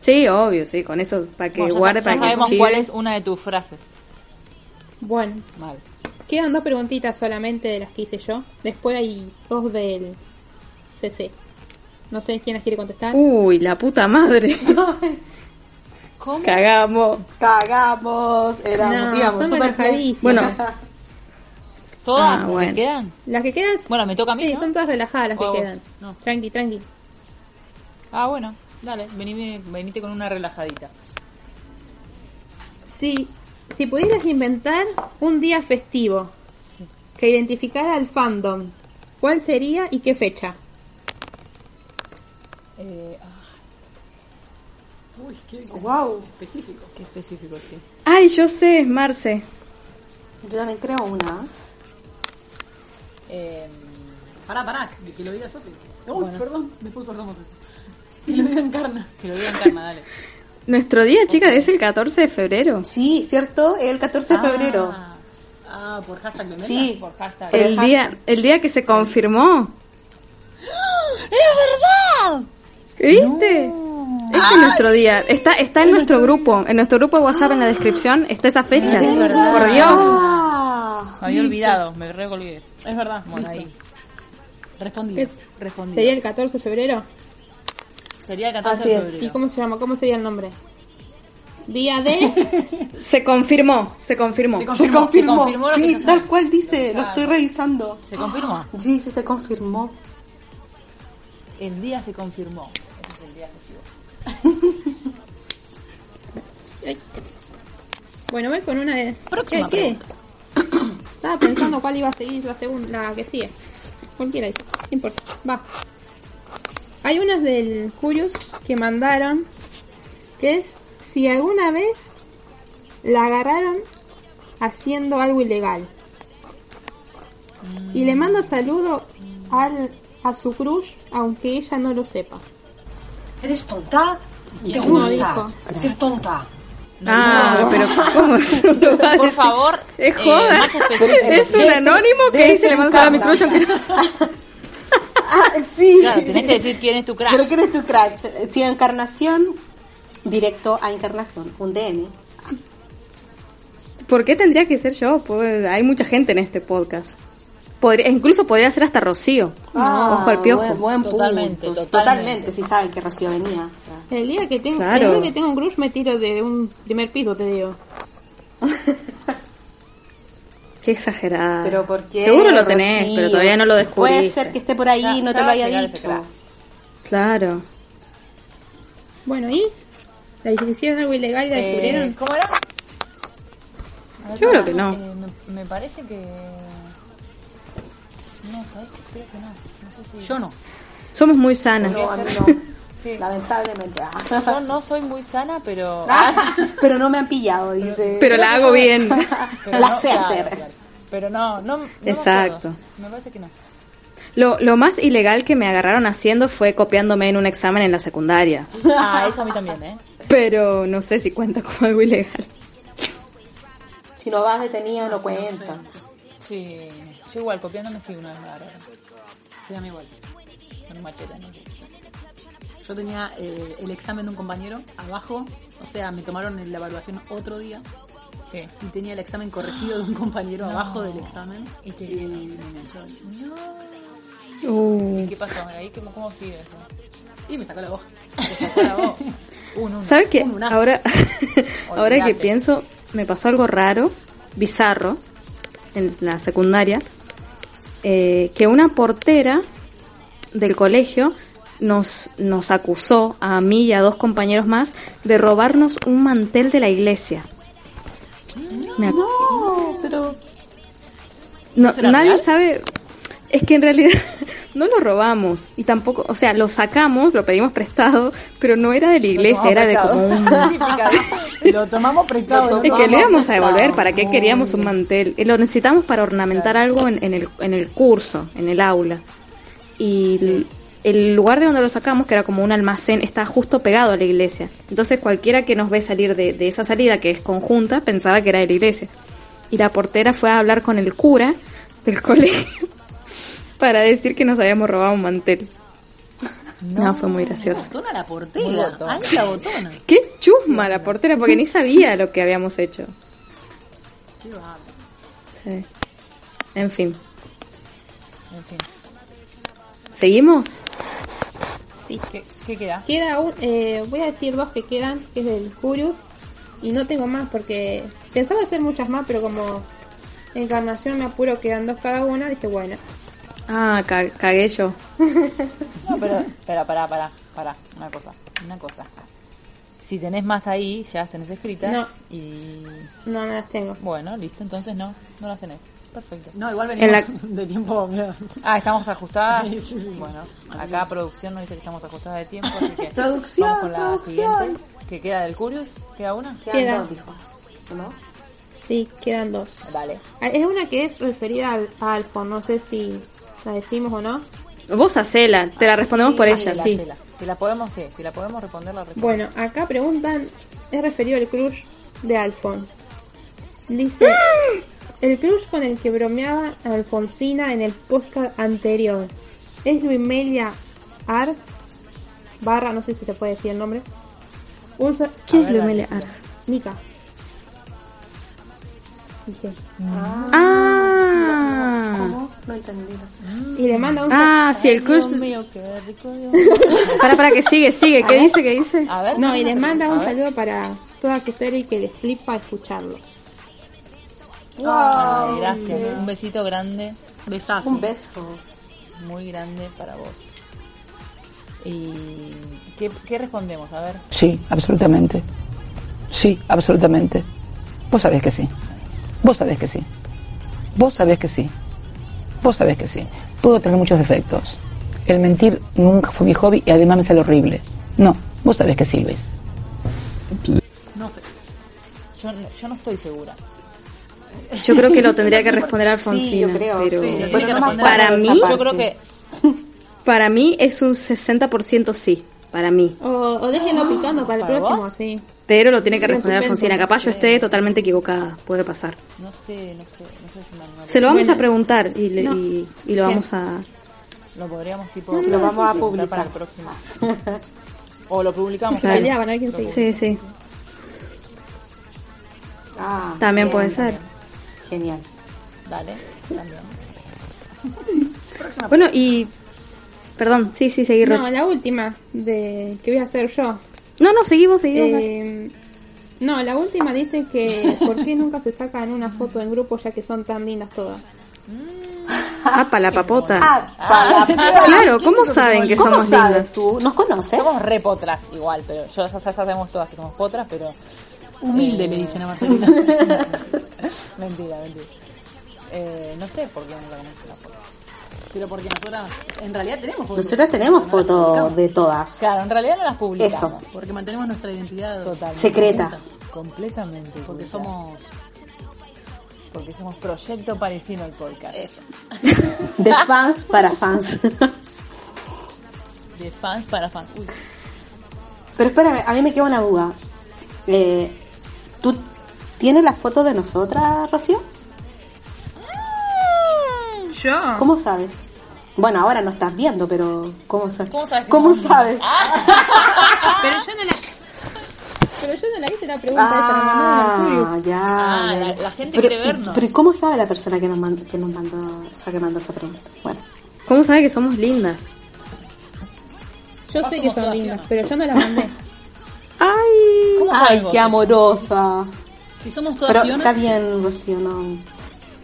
D: Sí, obvio, sí, con eso para que
F: Bueno, ya
D: guarde,
F: sa-
D: para
F: ya
D: que
F: sabemos
D: archive.
F: cuál es una de tus frases.
H: Bueno,
F: Mal.
H: quedan dos preguntitas solamente de las que hice yo. Después hay dos del CC. No sé quién las quiere contestar.
D: Uy, la puta madre.
F: ¿Cómo?
D: Cagamos.
G: Cagamos, éramos,
H: No,
G: íbamos
H: son
G: súper bien.
H: relajadísimas.
D: Bueno.
F: ¿Todas
D: Ah,
F: las
D: bueno.
F: que quedan?
H: Las que quedan.
F: Bueno, me toca a mí.
H: Sí,
F: ¿no?
H: son todas relajadas las
F: O a
H: que
F: vos.
H: quedan.
F: No.
H: Tranqui, tranqui.
F: Ah, bueno, dale, venime- venite con una relajadita.
H: Si, si pudieras inventar un día festivo que identificara al fandom, ¿cuál sería y qué fecha?
F: Eh, Uy, qué
G: wow.
F: específico. Qué específico, sí.
D: Ay, yo sé, Marce.
G: Yo también creo una.
F: Eh, pará, pará, que lo diga Sofi. Uy,
J: perdón, después cortamos eso.
F: Que lo diga Encarna. Que lo diga Encarna, dale.
D: Nuestro día, chica, es el 14 de febrero.
G: Sí, ¿cierto? El 14 de
F: Ah.
G: febrero.
F: Ah, por hashtag de
G: Sí.
F: Por hashtag.
D: El día, el día que se confirmó.
F: ¡Ah! ¡Es verdad!
D: ¿Viste? Ese es nuestro día. Está, está en nuestro grupo. En nuestro grupo de WhatsApp, en la descripción, está esa fecha. Por Dios.
G: Ah,
F: Me había olvidado, me recolgué. Es verdad. Bueno, ahí. Respondido. Respondido.
H: ¿Sería el 14 de febrero?
F: Sería el 14 de
H: ¿Y
F: febrero.
H: cómo se llama? ¿Cómo sería el nombre? Día de...
D: Se confirmó, se confirmó.
G: se confirmó.
F: se confirmó lo que
G: Sí,
F: ya sabe.
G: tal cual dice, lo,
F: sabe.
G: estoy revisando.
F: ¿Se confirmó?
G: Sí, sí, se confirmó.
F: El día se confirmó. Ese es el día festivo.
H: Bueno, voy con una de...
F: Próxima
H: ¿Qué? ¿Qué? Estaba pensando cuál iba a seguir la segunda, la que sigue. Cualquiera, dice, no importa. Va. Hay unas del Curious que mandaron, que es si alguna vez la agarraron haciendo algo ilegal. Y le manda saludo al, a su crush, aunque ella no lo sepa.
M: ¿Eres tonta? ¿Te
H: No,
M: gusta
H: dijo.
M: ser tonta?
D: Ah, pero ¿cómo se lo va a
F: Por
D: decir?
F: favor,
D: Es
F: eh,
D: joda.
F: más específico.
D: es un
F: Debe ser-
D: anónimo que
F: debe
D: dice
F: ser
D: le mando a mi
F: Carla.
D: crush. aunque no-
G: Ah, sí.
F: Claro, tenés que decir quién es tu crack.
G: Pero quién es tu crack. Si encarnación, directo a encarnación, un DM.
D: ¿Por qué tendría que ser yo? Pues, hay mucha gente en este podcast. Podría- incluso podría ser hasta Rocío.
G: Ah,
D: Ojo al piojo.
G: buen- buen punto. Totalmente, totalmente, si saben que Rocío venía. o sea.
H: El día que tengo,
D: Claro.
H: el día que tengo un crush me tiro de un primer piso, te digo.
D: Qué exagerada.
G: Pero ¿por qué?
D: Seguro lo tenés,
G: Rocío?
D: pero todavía no lo descubriste.
G: Puede ser que esté por ahí y
H: Ya-
G: no
H: ya
G: te lo
H: va a
G: haya
H: llegar ese
G: dicho.
H: crack.
D: Claro.
H: Bueno, ¿y? ¿La hicieron algo ilegal y la
F: Eh,
H: descubrieron?
F: ¿Cómo era? A ver,
D: Yo creo
F: pará,
D: que no.
F: eh, me, me parece que. No, ¿sabes qué? Creo que no. No sé si.
J: Yo no.
D: Somos muy sanas.
F: No, a mí
G: Sí. Lamentablemente. ah.
F: Yo no soy muy sana, pero.
G: Ah, pero no me han pillado, dice.
D: Pero la hago bien.
F: Pero
G: la
F: no,
G: sé
F: claro,
G: hacer.
F: claro. Pero no, no. no me
D: Exacto.
F: acuerdo. Me, parece que no.
D: Lo, lo más ilegal que me agarraron haciendo fue copiándome en un examen en la secundaria.
F: Ah, eso a mí también, ¿eh?
D: Pero no sé si cuenta como algo ilegal.
G: Si no vas detenida, no cuenta.
F: Sí. Yo igual, copiándome sí una vez me agarraron. Sí, a mí igual. Con un machete, ¿no?
J: Yo tenía eh, el examen de un compañero abajo, o sea, me tomaron la evaluación otro día.
F: Sí.
J: Y tenía el examen corregido de un compañero abajo del examen. Y, me enganchó.
D: Uh.
F: ¿Y qué pasó ahí? ¿Cómo, cómo sigue eso?
J: Y me sacó la voz.
D: ¿Sabes qué?
J: Un unazo.
D: Ahora, ahora que
J: Olvídate.
D: pienso, me pasó algo raro, bizarro, en la secundaria, eh, que una portera del colegio nos, nos acusó a mí y a dos compañeros más de robarnos un mantel de la iglesia. Me ac-
G: No, pero.
D: No,
G: ¿Eso era
D: nadie
G: real?
D: sabe. Es que en realidad no lo robamos y tampoco, o sea, lo sacamos, lo pedimos prestado, pero no era de la iglesia, era de como un...
J: Lo tomamos prestado.
D: Es que lo íbamos a devolver, ¿para qué queríamos un mantel? Eh, Lo necesitamos para ornamentar algo en, en el, en el curso, en el aula. Y l- el lugar de donde lo sacamos, que era como un almacén, está justo pegado a la iglesia. Entonces cualquiera que nos ve salir de, de esa salida, que es conjunta, pensaba que era de la iglesia. Y la portera fue a hablar con el cura del colegio para decir que nos habíamos robado un mantel. No, fue muy gracioso.
J: Botona la
F: Muy
J: portera.
F: botón.
J: Ay, la botona.
D: Qué chusma la portera, porque ni sabía lo que habíamos hecho.
J: Qué bárbaro.
D: Sí. En fin.
F: En fin.
D: ¿Seguimos?
H: Sí.
F: ¿Qué, qué queda?
H: Queda un, eh, voy a decir dos que quedan, que es del Curious. Y no tengo más porque pensaba hacer muchas más, pero como encarnación me apuro, quedan dos cada una, dije bueno.
D: Ah, ca- cagué yo.
F: No, pero, pero pará, pará, pará. Una cosa, una cosa. Si tenés más ahí, ya las tenés escritas.
H: No.
F: Y.
H: No, no las tengo.
F: Bueno, listo, entonces no, no las tenés. Perfecto.
J: No, igual
F: En
J: venimos de tiempo. mira.
F: Ah, ¿estamos ajustadas?
J: Sí, sí, sí.
F: Bueno, acá producción nos dice que estamos ajustadas de tiempo, así que.
G: Producción,
F: Vamos con la
G: producción.
F: siguiente. ¿Que queda del Curious? ¿Queda una?
H: Quedan.
G: dos, dijo. ¿No?
H: Sí, quedan dos.
F: Dale.
H: Ah, Es una que es referida al Alfon, no sé si la decimos o no.
D: Vos hacela, te la respondemos por ella,
F: hacela,
D: sí.
F: hacela. Si la podemos, sí. Si la podemos responder, la respondemos.
H: Bueno, acá preguntan, es referido al crush de Alfon. Dice,
F: ¡Ah!
H: el crush con el que bromeaba Alfonsina en el podcast anterior. Es Luimelia Ar, barra, no sé si se puede decir el nombre. Un sa-
D: ¿Quién es Luimelia Ar?
H: Nica. Dije.
D: Ah.
G: ¿Cómo? No entendí.
F: Mm.
H: Y le manda un
D: Ah, si el crush...
F: Dios mío, qué rico. Dios.
D: Para, para, que sigue, sigue. ¿Qué
H: A
D: dice, qué dice?
F: A ver.
H: No, y les manda
F: A
H: un
F: ver.
H: saludo para todas ustedes y que les flipa escucharlos.
F: Ay, gracias. Un besito grande,
J: Besazo.
G: Un beso.
F: muy grande para vos. ¿Y qué, qué respondemos? A ver.
N: Sí, absolutamente. Sí, absolutamente. Vos sabés que sí. Vos sabés que sí. Vos sabés que sí. Vos sabés que sí. Puedo tener muchos defectos. El mentir nunca fue mi hobby y además me sale horrible. No, vos sabés que sí, Luis.
J: No sé.
F: Yo, no- yo no estoy segura.
D: Yo creo que lo tendría que responder Alfonsina.
G: Sí, yo creo,
D: pero-
G: sí.
F: Tiene
G: no
F: que
G: me
F: responder.
G: acuerdo
D: Para
G: de esa
D: mí-
F: yo creo que
D: Para mí es un 60% sí, para mí.
H: O, o déjenlo picando para el
F: Ah, ¿Para
H: próximo,
F: vos?
H: sí.
D: Pero lo tiene que responder
H: Estupendo,
D: Alfonsina.
H: no
D: Capaz yo
H: sé.
D: esté totalmente equivocada. Puede pasar.
F: no sé, no sé, no sé si me animaría.
D: Se lo vamos
H: Bueno.
D: a preguntar y, le-
H: No.
D: y, y lo vamos a...
F: Lo podríamos tipo.
G: Lo vamos a publicar.
F: preguntar para el próximo. o lo publicamos.
D: Claro.
H: Ah,
F: Lo
D: Sí, sí.
G: Ah,
D: También
G: bien,
D: puede ser.
G: Genial.
F: Dale, también.
D: Bueno, y. Perdón, sí, sí, seguí,
H: No,
D: Rochi.
H: la última de que voy a hacer yo.
D: No, no, seguimos, seguimos. dale.
H: Eh, no, la última dice que ¿por qué nunca se sacan una foto en grupo ya que son tan lindas todas?
D: Ah, para la papota.
G: Ah,
H: pa' la-
D: claro, ¿cómo saben que somos lindas?
G: tú? ¿Nos conoces?
F: Somos repotras igual, pero yo esas esas sabemos todas que somos potras, pero.
O: Humilde,
F: le dicen a Marcelina. mentira, mentira. Eh, no sé por qué no la conozco la foto. Pero porque nosotras, en realidad tenemos fotos.
G: Nosotras tenemos fotos de todas.
F: Claro, en realidad no las
G: Eso.
F: publicamos. Porque mantenemos nuestra identidad total.
G: Secreta.
F: Completamente. Porque somos. Porque somos proyecto parecido al podcast. Eso.
G: De fans para fans.
F: De fans para fans. Uy,
G: Pero espérame, a mí me queda una duda. Eh, ¿Tú tienes la foto de nosotras, Rocío?
H: Yo.
G: ¿Cómo sabes? Bueno, ahora no estás viendo, pero ¿cómo sabes? ¿Cómo sabes?
H: Ah, Pero yo no la... Pero yo no la hice la pregunta esa, la mandaron al
G: Ah,
H: Curious.
G: ya.
H: Ah,
G: ya,
H: la-
G: ya.
H: la gente
G: pero,
H: quiere
G: y-
H: vernos.
G: Pero ¿y ¿cómo sabe la persona que nos mandó, que nos mandó, o sea, que mandó esa pregunta? Bueno.
D: ¿Cómo sabe que somos lindas?
H: Yo sé que son lindas, pero yo no las mandé.
D: Ay,
F: ¿Cómo
G: Ay,
F: sabes vos?
G: qué amorosa.
F: Si somos todas
G: Pero
F: Fionas.
G: está bien, Rocío, no.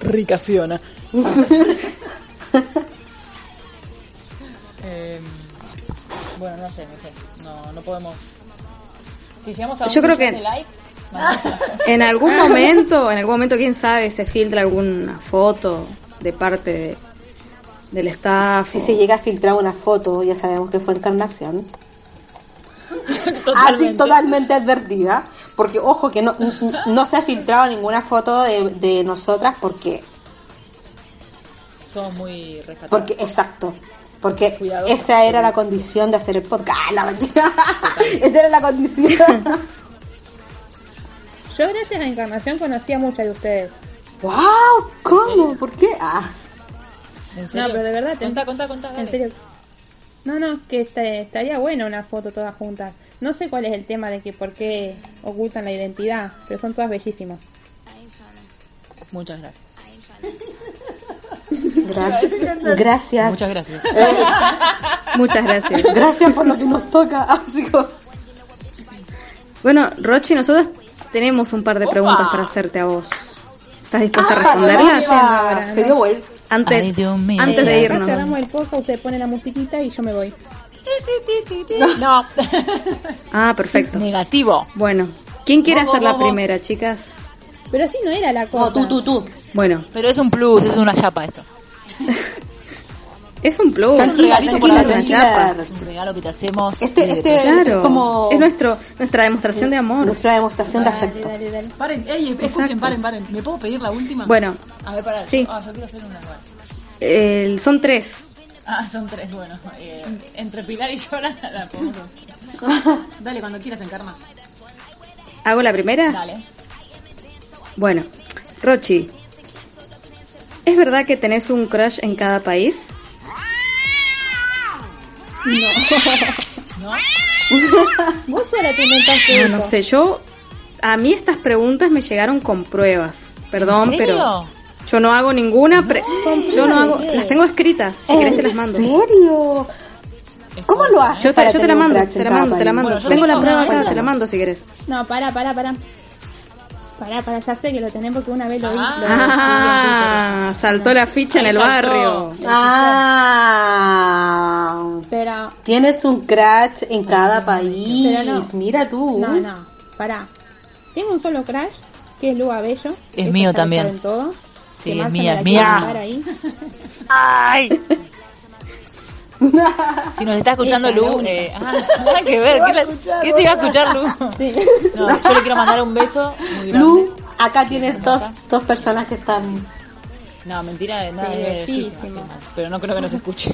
F: Rica Fiona. Eh, bueno, no sé, no sé. No, no podemos. Si llegamos a un
D: Yo creo
F: millón
D: que- Ah,
F: de likes, mandamos-
D: En
H: Ah.
D: algún momento, en algún momento, quién sabe, se filtra alguna foto de parte de- del staff.
G: Si se llega a filtrar una foto, ya sabemos que fue encarnación.
F: Totalmente.
G: Así totalmente advertida. Porque, ojo, que no, no se ha filtrado ninguna foto de, de nosotras porque,
F: somos muy rescatados.
G: porque exacto. Porque esa era la condición de hacer el podcast. Ah, la mentira. esa era la condición.
H: Yo gracias a Encarnación conocí a muchas de ustedes.
G: ¡Wow! ¿Cómo? ¿Por qué? Ah.
F: ¿En
H: No,
F: serio?
H: pero de verdad. te-
F: Contá, contá, contá.
H: En
F: Ah, dale.
H: serio. No, no, que esta- estaría bueno una foto todas juntas. No sé cuál es el tema de que por qué ocultan la identidad, pero son todas bellísimas.
F: Muchas gracias.
G: Gracias. Gracias.
F: Muchas gracias.
D: Muchas gracias.
G: Gracias por lo que nos toca. Así como-
D: Bueno, Rochi, nosotros tenemos un par de
G: Opa.
D: preguntas para hacerte a vos. ¿Estás dispuesta a
G: Ah,
D: responderlas?
G: no, no, no. Se dio vuelta.
D: Antes,
G: Ay, Dios mío.
D: antes de
H: Eh, acá
D: irnos.
H: cerramos el podcast, usted pone la musiquita y yo me voy.
F: No.
D: Ah, perfecto.
F: Negativo.
D: Bueno, ¿quién quiere
F: Vos,
D: hacer
F: vos,
D: la
F: vos, vos.
D: primera, chicas?
H: Pero así no era la cosa.
F: tú,
G: tú.
D: Bueno,
F: Pero es un plus, es una chapa esto.
D: es un plus.
F: Es un regalito por la
D: chapa.
F: Es un regalo que te hacemos.
G: Este,
F: desde
G: este
D: Claro,
G: es como
D: es nuestro, nuestra demostración de amor.
G: nuestra demostración de afecto.
F: Paren, ey, escuchen, paren, paren. ¿Me puedo pedir la última?
D: Bueno,
F: A ver, pará.
D: Sí.
F: Ah, yo quiero hacer una más.
D: el- son tres.
F: Ah, son tres, bueno. eh, entre Pilar y yo la, la podemos hacer. Dale, cuando quieras, encarna.
D: ¿Hago la primera?
F: Dale.
D: Bueno, Rochi, ¿es verdad que tenés un crush en cada país?
H: Vos sola te
F: Ah,
H: inventaste
D: No,
H: eso.
D: no sé, yo. A mí estas preguntas me llegaron con pruebas. Perdón,
F: ¿En
D: pero.
F: serio?
D: Yo no hago ninguna. pre- yo no hago. Las tengo escritas. Si querés, te las mando.
G: ¿En serio? ¿Cómo lo haces?
D: Yo te,
G: para
D: yo te
G: tener
D: la
G: un
D: mando,
G: crush
D: te
G: en
D: la
G: cada
D: mando, te la
G: país?
D: mando.
G: Bueno, yo
D: Tengo la
G: tengo-
D: prueba acá,
G: cuéntanos.
D: te la mando si querés.
H: No, para, para, para. Para, para, ya sé que lo tenés porque una vez lo vi. lo-
D: Ah, saltó la ficha en el barrio.
G: Ah,
H: Pero,
G: tienes un crash en cada país.
H: Pero no.
G: Mira
F: Uh.
G: tú.
H: no, no, para. Tengo un solo crash, que es Lua Bello. Esa ya
F: mío
H: la
F: también.
H: saben todo.
F: Sí,
H: Que
F: es
H: Marcia
F: mía,
H: me la
F: es
H: quiere
F: mía.
H: mandar ahí.
F: ¡Ay! Si nos está escuchando
H: Ella, la
F: Lu,
H: única.
F: eh, ah, nada que ver. ¿Qué, la- qué te iba a escuchar, Lu? No, yo le quiero mandar un beso muy grande.
G: Lu, acá tienes dos, dos personas que están.
F: No, mentira, nada
G: Sí,
F: de sí, sí,
G: bellísima.
F: sí, Pero no creo que nos escuche.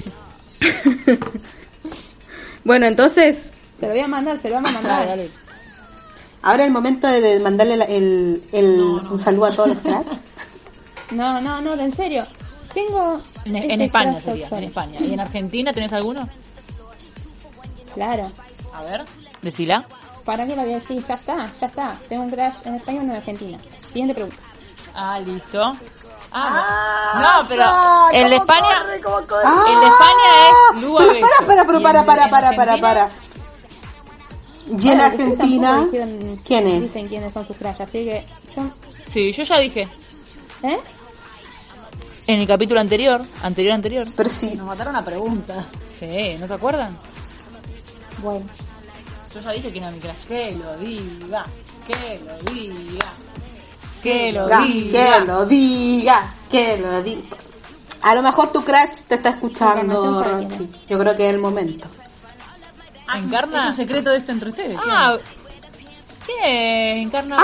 D: Bueno, entonces,
H: Se lo voy a mandar, se lo vamos a mandar.
G: Ahora el momento de- de mandarle la- el, el- un saludo a todos los cracks.
H: No, no, no, en serio. Tengo.
F: En, en
H: ese
F: España
H: frasco
F: sería, en
H: solo.
F: España. ¿Y en Argentina tenés alguno?
H: Claro.
F: A ver, decila.
H: ¿Para qué lo voy a decir? Ya está, ya está. Tengo un crash en España y uno en Argentina. Siguiente pregunta.
F: Ah, listo.
H: Ah,
F: no, pero el de España, el de España es Lua
G: Pero
F: Bello.
G: para, para, pero
F: Y
G: para,
F: en-
G: para,
F: en
G: para, para,
F: Argentina-
G: para. Y en
H: Bueno,
G: Argentina,
H: ustedes tampoco dijeron-
G: ¿quién es?
H: Dicen quiénes son sus crash, así que yo.
F: Sí, yo ya dije.
H: ¿Eh?
F: En el capítulo anterior, anterior, anterior.
G: Pero sí.
F: Nos mataron a preguntas. Sí, ¿no te acuerdan?
H: Bueno.
F: Yo ya dije que era mi crash. Que lo diga, que lo diga. Que lo diga.
G: Que lo diga, que lo diga. A lo mejor tu crush te está escuchando,
F: Encarnación, ¿para
G: Rochi. Yo creo que es el momento.
F: ¿Encarna?
G: es un
F: secreto de esto entre ustedes. Ah, ¿qué? ¿Encarna?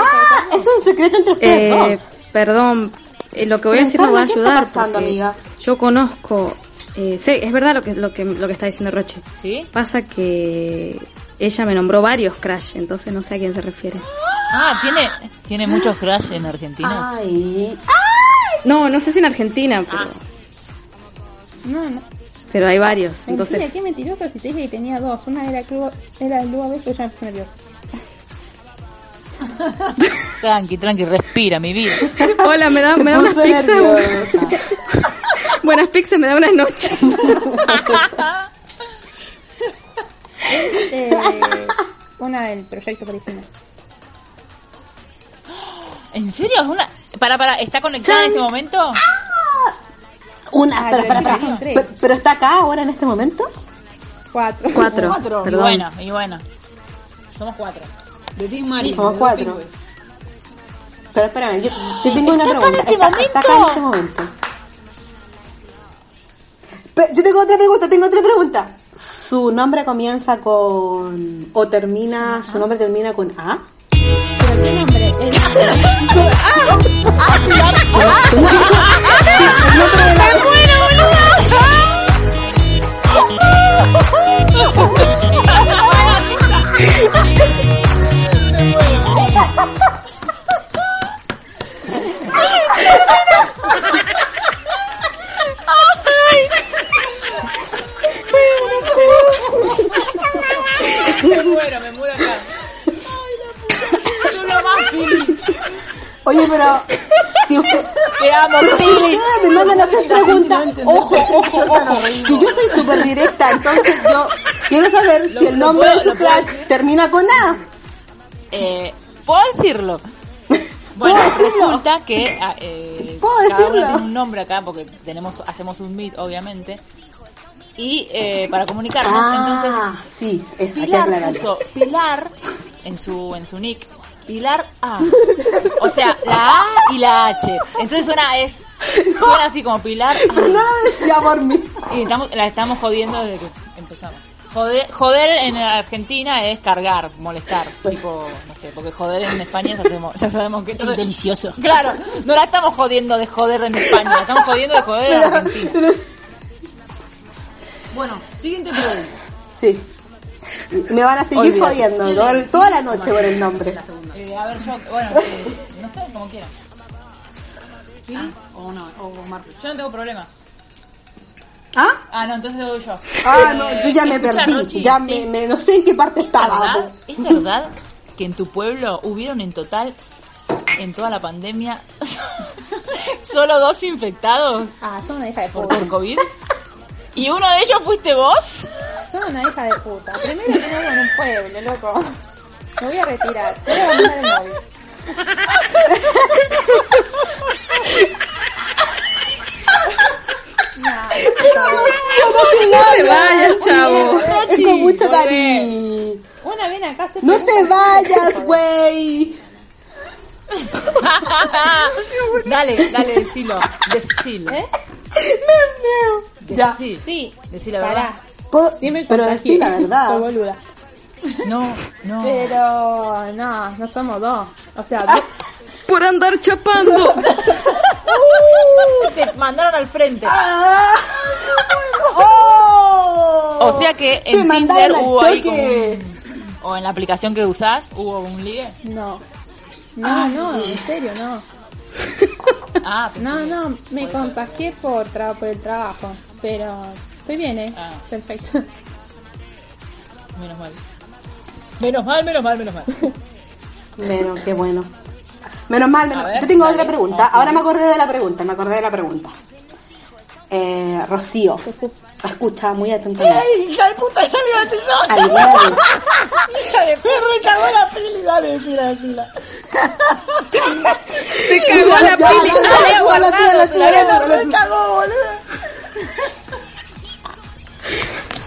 G: Es un secreto entre
D: Eh, perdón, eh, lo que voy a
G: Pero,
D: decir no va a
G: Carla, ¿qué está
D: ayudar.
G: pasando,
D: porque
G: amiga?
D: Yo conozco, eh, sé, es verdad lo que, lo que lo que está diciendo Roche.
F: ¿Sí?
D: Pasa que ella me nombró varios Crash, entonces no sé a quién se refiere.
F: Ah, tiene, tiene muchos crash en Argentina.
D: No, no sé si en Argentina, pero,
H: Ah. No, no.
D: pero hay varios.
H: Mentira,
D: Entonces,
H: qué mentirosa si te dije que tenía dos. Una era Club, era Lua Bello, yo ya me puse nerviosa.
F: Tranqui, tranqui, respira, mi vida.
D: hola, me da, me da unas
F: puso
D: pizzas. Buenas pizzas, me da unas noches.
H: Es, eh, una del proyecto parisino.
F: ¿En serio? ¿Es una... Para, para, ¿está conectada en este momento?
G: Una,
F: Ah,
G: pero,
F: yo
G: para,
F: dije
G: para,
F: que
G: pero, pero está acá ahora en este momento.
H: Cuatro.
G: Cuatro,
F: Y
G: perdón.
F: bueno, y bueno. Somos cuatro. De Team Mari.
G: Somos cuatro. Pero espérame, yo te tengo una
F: ¿Está acá en
G: pregunta.
F: este
G: Está, está acá en este momento. Pe- yo tengo otra pregunta, tengo otra pregunta. ¿Su nombre comienza con... o termina... su nombre termina con A?
H: ¿Pero qué nombre? El-
F: Me muero, me muero acá. Tú lo más, Pili.
G: Oye, pero si usted...
F: Te amo,
G: Pero si
F: Pili.
G: ustedes me mandan a hacer preguntas, ojo, ojo, ojo. Que yo soy súper directa, entonces yo quiero saber si el nombre de su crack termina con A.
F: Eh, ¿Puedo decirlo? Bueno, resulta que ah, eh, cada uno
G: decirlo?
F: tiene un nombre acá porque tenemos, hacemos un meet, obviamente. Y eh, para comunicarnos,
G: Ah,
F: entonces
G: sí, es hay que
F: Pilar
G: aclararlo.
F: puso Pilar en su en su nick Pilar A. O sea, la A y la H. Entonces suena es suena así como Pilar A.
G: por mí.
F: Y estamos, la estamos jodiendo desde que empezamos. Joder, joder en Argentina es cargar, molestar, tipo, no sé, porque joder en España ya sabemos, ya sabemos que es delicioso. Claro, no la estamos jodiendo de joder en España, la estamos jodiendo de joder en Argentina.
J: Bueno, siguiente pregunta.
G: Sí. Me van a seguir
J: Olvídate.
G: jodiendo todo- toda la noche por el nombre.
F: Eh, a ver, yo, bueno, eh, no sé, como quieran. ¿Pili? O no, o Marce. Yo no tengo problema.
G: ¿Ah?
F: Ah, no, entonces doy yo.
G: Ah, no,
F: Eh,
G: yo ya me
F: escucha,
G: perdí.
F: Rochi,
G: Ya me, me- no sé en qué parte estaba.
F: ¿verdad? ¿Es verdad que en tu pueblo hubieron en total, en toda la pandemia, solo dos infectados
H: Ah, son una hija de
F: por,
H: puta.
F: por COVID? ¿Y uno de ellos fuiste vos?
H: Son una hija de puta. Primero que no vivo en un pueblo, loco. Me voy a retirar. Te voy a mandar el móvil.
G: No te vayas, chavo. Es con mucho cariño.
H: Una vez acá se
G: No te vayas, güey.
F: dale, dale, decilo. Decilo.
G: ¿Eh? Ya.
F: Decí,
H: Sí.
F: decí la verdad.
G: Pero
F: pero decí la verdad.
H: Soy boluda.
F: No, no.
H: Pero no, no somos dos. O sea, dos.
D: por andar chapando.
F: Uh, te mandaron al frente.
G: Ah.
F: O sea que
G: Oh. Te
F: en Tinder
G: mandaron al
F: hubo ahí como
G: choque.
F: un- O en la aplicación que usás, hubo un ligue.
H: No. No,
F: Ay.
H: no, en serio, no.
F: Ah,
H: no, no, me contagié por, tra- por el trabajo, pero estoy bien, ¿eh? Perfecto.
F: Menos mal. Menos mal, menos mal, menos mal.
G: Pero qué bueno. Menos mal, menos-
F: A ver,
G: yo tengo
F: dale,
G: otra pregunta.
F: vamos,
G: Ahora me
F: dale.
G: acordé de la pregunta, me acordé de la pregunta. Eh, Rocío, escucha muy atentamente.
F: ¡Ey, hija de puta! ¡Ya le iba a decir yo!
G: Al huevo.
F: ¡Hija de perro! ¡Me cagó la peli! Dale, decila, decila.
G: ¡Se cagó la Ya, peli, ya, dale, ya, guardado, ya, ya, te la ya, había ya, guardado.
F: ¡Me cagó, boludo!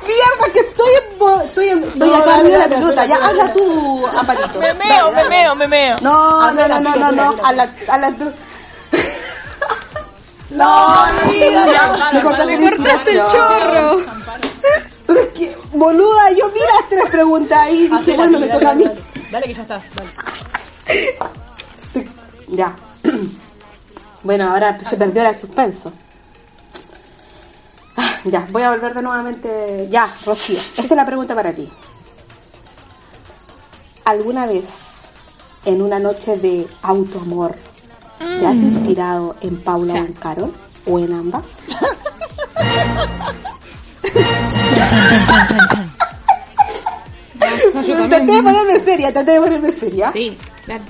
G: Mierda, que estoy en, bo- estoy en- estoy
F: No,
G: acá
F: dale,
G: en medio de la
F: dale,
G: pelota.
F: dale,
G: Ya
F: dale,
G: habla
F: dale.
G: tú, Ampatito.
F: Me meo, me meo, me meo.
G: No, no,
F: Habla,
G: no, no,
F: tira,
G: no, no,
F: tira,
G: a la, a la tú.
F: No,
G: mira,
F: no,
G: me cortaste la inspiración. Pero es que, boluda, yo vi las tres preguntas ahí y dije, bueno, me toca a mí.
F: Dale, que ya estás. Dale.
G: Ya. Bueno, ahora se perdió el suspenso. Ah, Ya, voy a volver de nuevamente. Ya, Rocío, esta es la pregunta para ti. ¿Alguna vez en una noche de autoamor te has
H: Mm.
G: inspirado en Paula o en Carol? ¿O en ambas?
H: yo
G: Pero
H: también.
G: Traté de ponerme seria, traté de ponerme seria.
H: Sí, claro.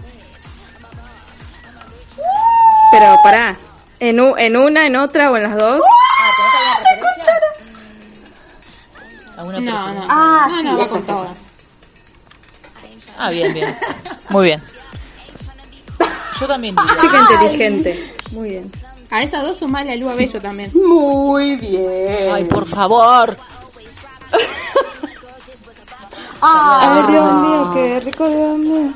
D: Pero pará, ¿en, u- en una, en otra o en las dos?
F: ¿Alguna
H: No, no.
F: preferencia?
G: Ah,
H: no,
G: sí,
H: no, va
G: eso,
H: con
G: eso,
H: todo.
F: Ah, bien, bien. Muy bien. Yo también diría.
D: Chica inteligente.
H: Muy bien. A esas dos sumale a Lua Bello también.
G: Muy bien.
F: Ay, por favor.
G: Ah.
D: Ay, Dios mío, qué rico, Dios mío.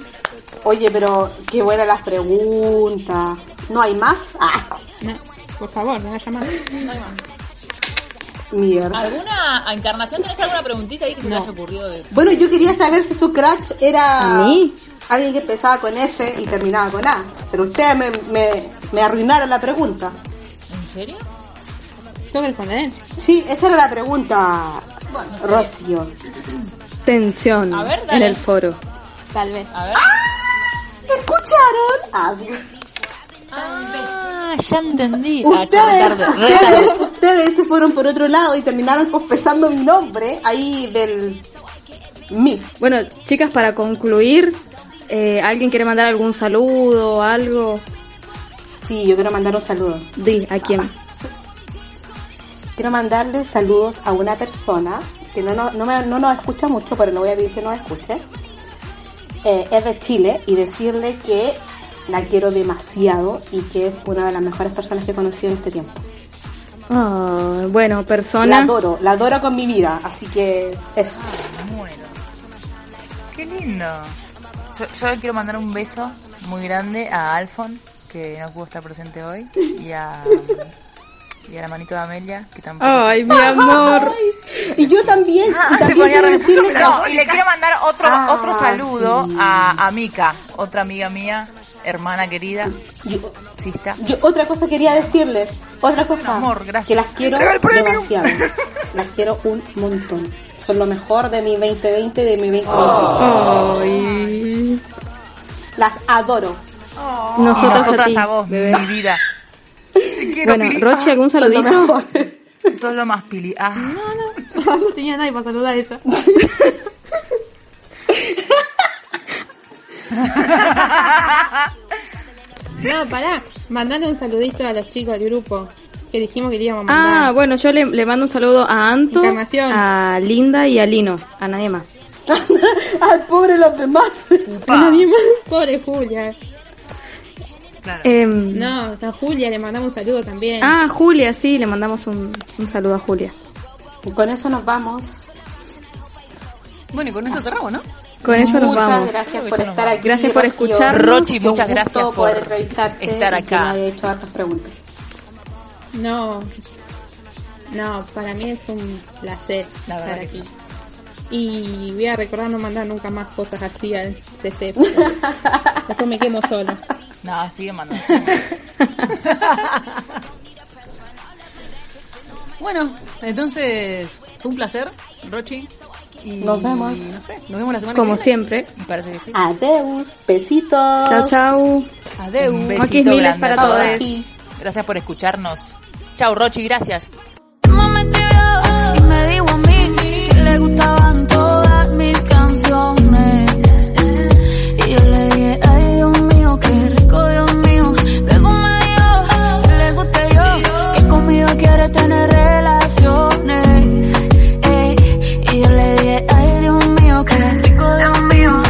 G: Oye, pero qué buenas las preguntas. ¿No hay más? Ah,
H: No, por favor, me va a llamar.
G: mierda.
F: ¿Alguna a encarnación tenés alguna preguntita ahí que se te haya ocurrido de
G: Bueno, yo quería saber si su crush
F: ¿A
G: era
F: mí?
G: alguien que empezaba con S y terminaba con A. Pero ustedes me, me, me arruinaron la pregunta.
F: ¿En serio?
H: ¿Tengo que responder?
G: Sí, esa era la pregunta, Rocío.
D: Tensión
G: A ver, dale.
D: en el foro.
H: Tal vez.
F: A ver.
G: ¿Me escucharon? Ah, sí.
F: Ah, ya entendí.
G: Ustedes, ustedes, ustedes se fueron por otro lado y terminaron confesando mi nombre ahí del... Mi.
D: Bueno, chicas, para concluir, eh, ¿alguien quiere mandar algún saludo o algo?
G: Sí, yo quiero mandar un saludo.
D: Di, ¿a quién?
G: Quiero mandarle saludos a una persona que no, no, no me- no nos escucha mucho, pero le voy a pedir que nos escuche. Eh, es de Chile y decirle que la quiero demasiado y que es una de las mejores personas que he conocido en este tiempo.
D: Ah, bueno,
G: La
D: persona.
G: adoro, la adoro con mi vida, así que eso.
F: Qué lindo. Yo, yo le quiero mandar un beso muy grande a Alfon, que no pudo estar presente hoy, y a, y a la manito de Amelia, que tampoco.
D: Ay, mi amor.
G: Y yo también.
F: Ah, se ponía re- No, y le quiero mandar otro,
G: Ah,
F: otro saludo
G: sí.
F: a, a Mika, otra amiga mía, hermana querida. Sista.
G: Yo otra cosa quería decirles, otra cosa, que las quiero
F: Entrega el premio.
G: demasiado, las quiero un montón. Son lo mejor de mi 2020, de mi 2021. Las adoro.
D: Nosotras,
F: Nosotras
D: a ti.
F: a vos,
D: bebé.
F: mi vida. Te quiero,
D: Bueno,
F: Pili.
D: Roche, ¿algún
F: Sos lo
D: saludito?
F: mejor. Sos lo más pili. Ah.
H: no tenía nadie para saludar a ella. No, pará. Mandale un saludito a los chicos del grupo que dijimos que le íbamos a mandar.
D: Ah, bueno, yo le, le mando un saludo a Anto,
H: Encarnación.
D: a Linda y a Lino, a nadie más.
G: Ay, pobre los demás.
H: Nadie más. Pobre Julia.
D: Em,
H: No, a Julia le mandamos un saludo también.
D: Ah, Julia, sí, le mandamos un, un saludo a Julia.
G: Y con eso nos vamos.
F: Bueno, y con eso cerramos, ¿no?
D: Con eso nos
G: Muchas
D: vamos.
G: gracias por estar aquí.
D: Gracias por
G: Rocío.
D: escucharnos.
F: Rochi,
G: Fue un
F: muchas gracias
G: gusto poder
F: por
G: entrevistarte
F: estar
G: y que
F: acá.
G: me hayas hecho hartas preguntas.
H: No, no, para mí es un placer
F: La verdad
H: estar
F: que
H: aquí. Y voy a recordar no mandar nunca más cosas así al CC. porque Después me quemo solo.
F: No, sigue mandando. bueno, entonces fue un placer, Rochi. Y,
G: Nos vemos.
F: No sé, nos vemos la semana
D: Como
F: que viene.
D: siempre.
F: Me parece que sí.
G: Adeus, besitos.
D: Chao, chao.
F: Adeu.
D: Moquis miles para todos.
G: Aquí.
B: Gracias por escucharnos. Chau, Rochi, gracias.
H: Mamá me escribe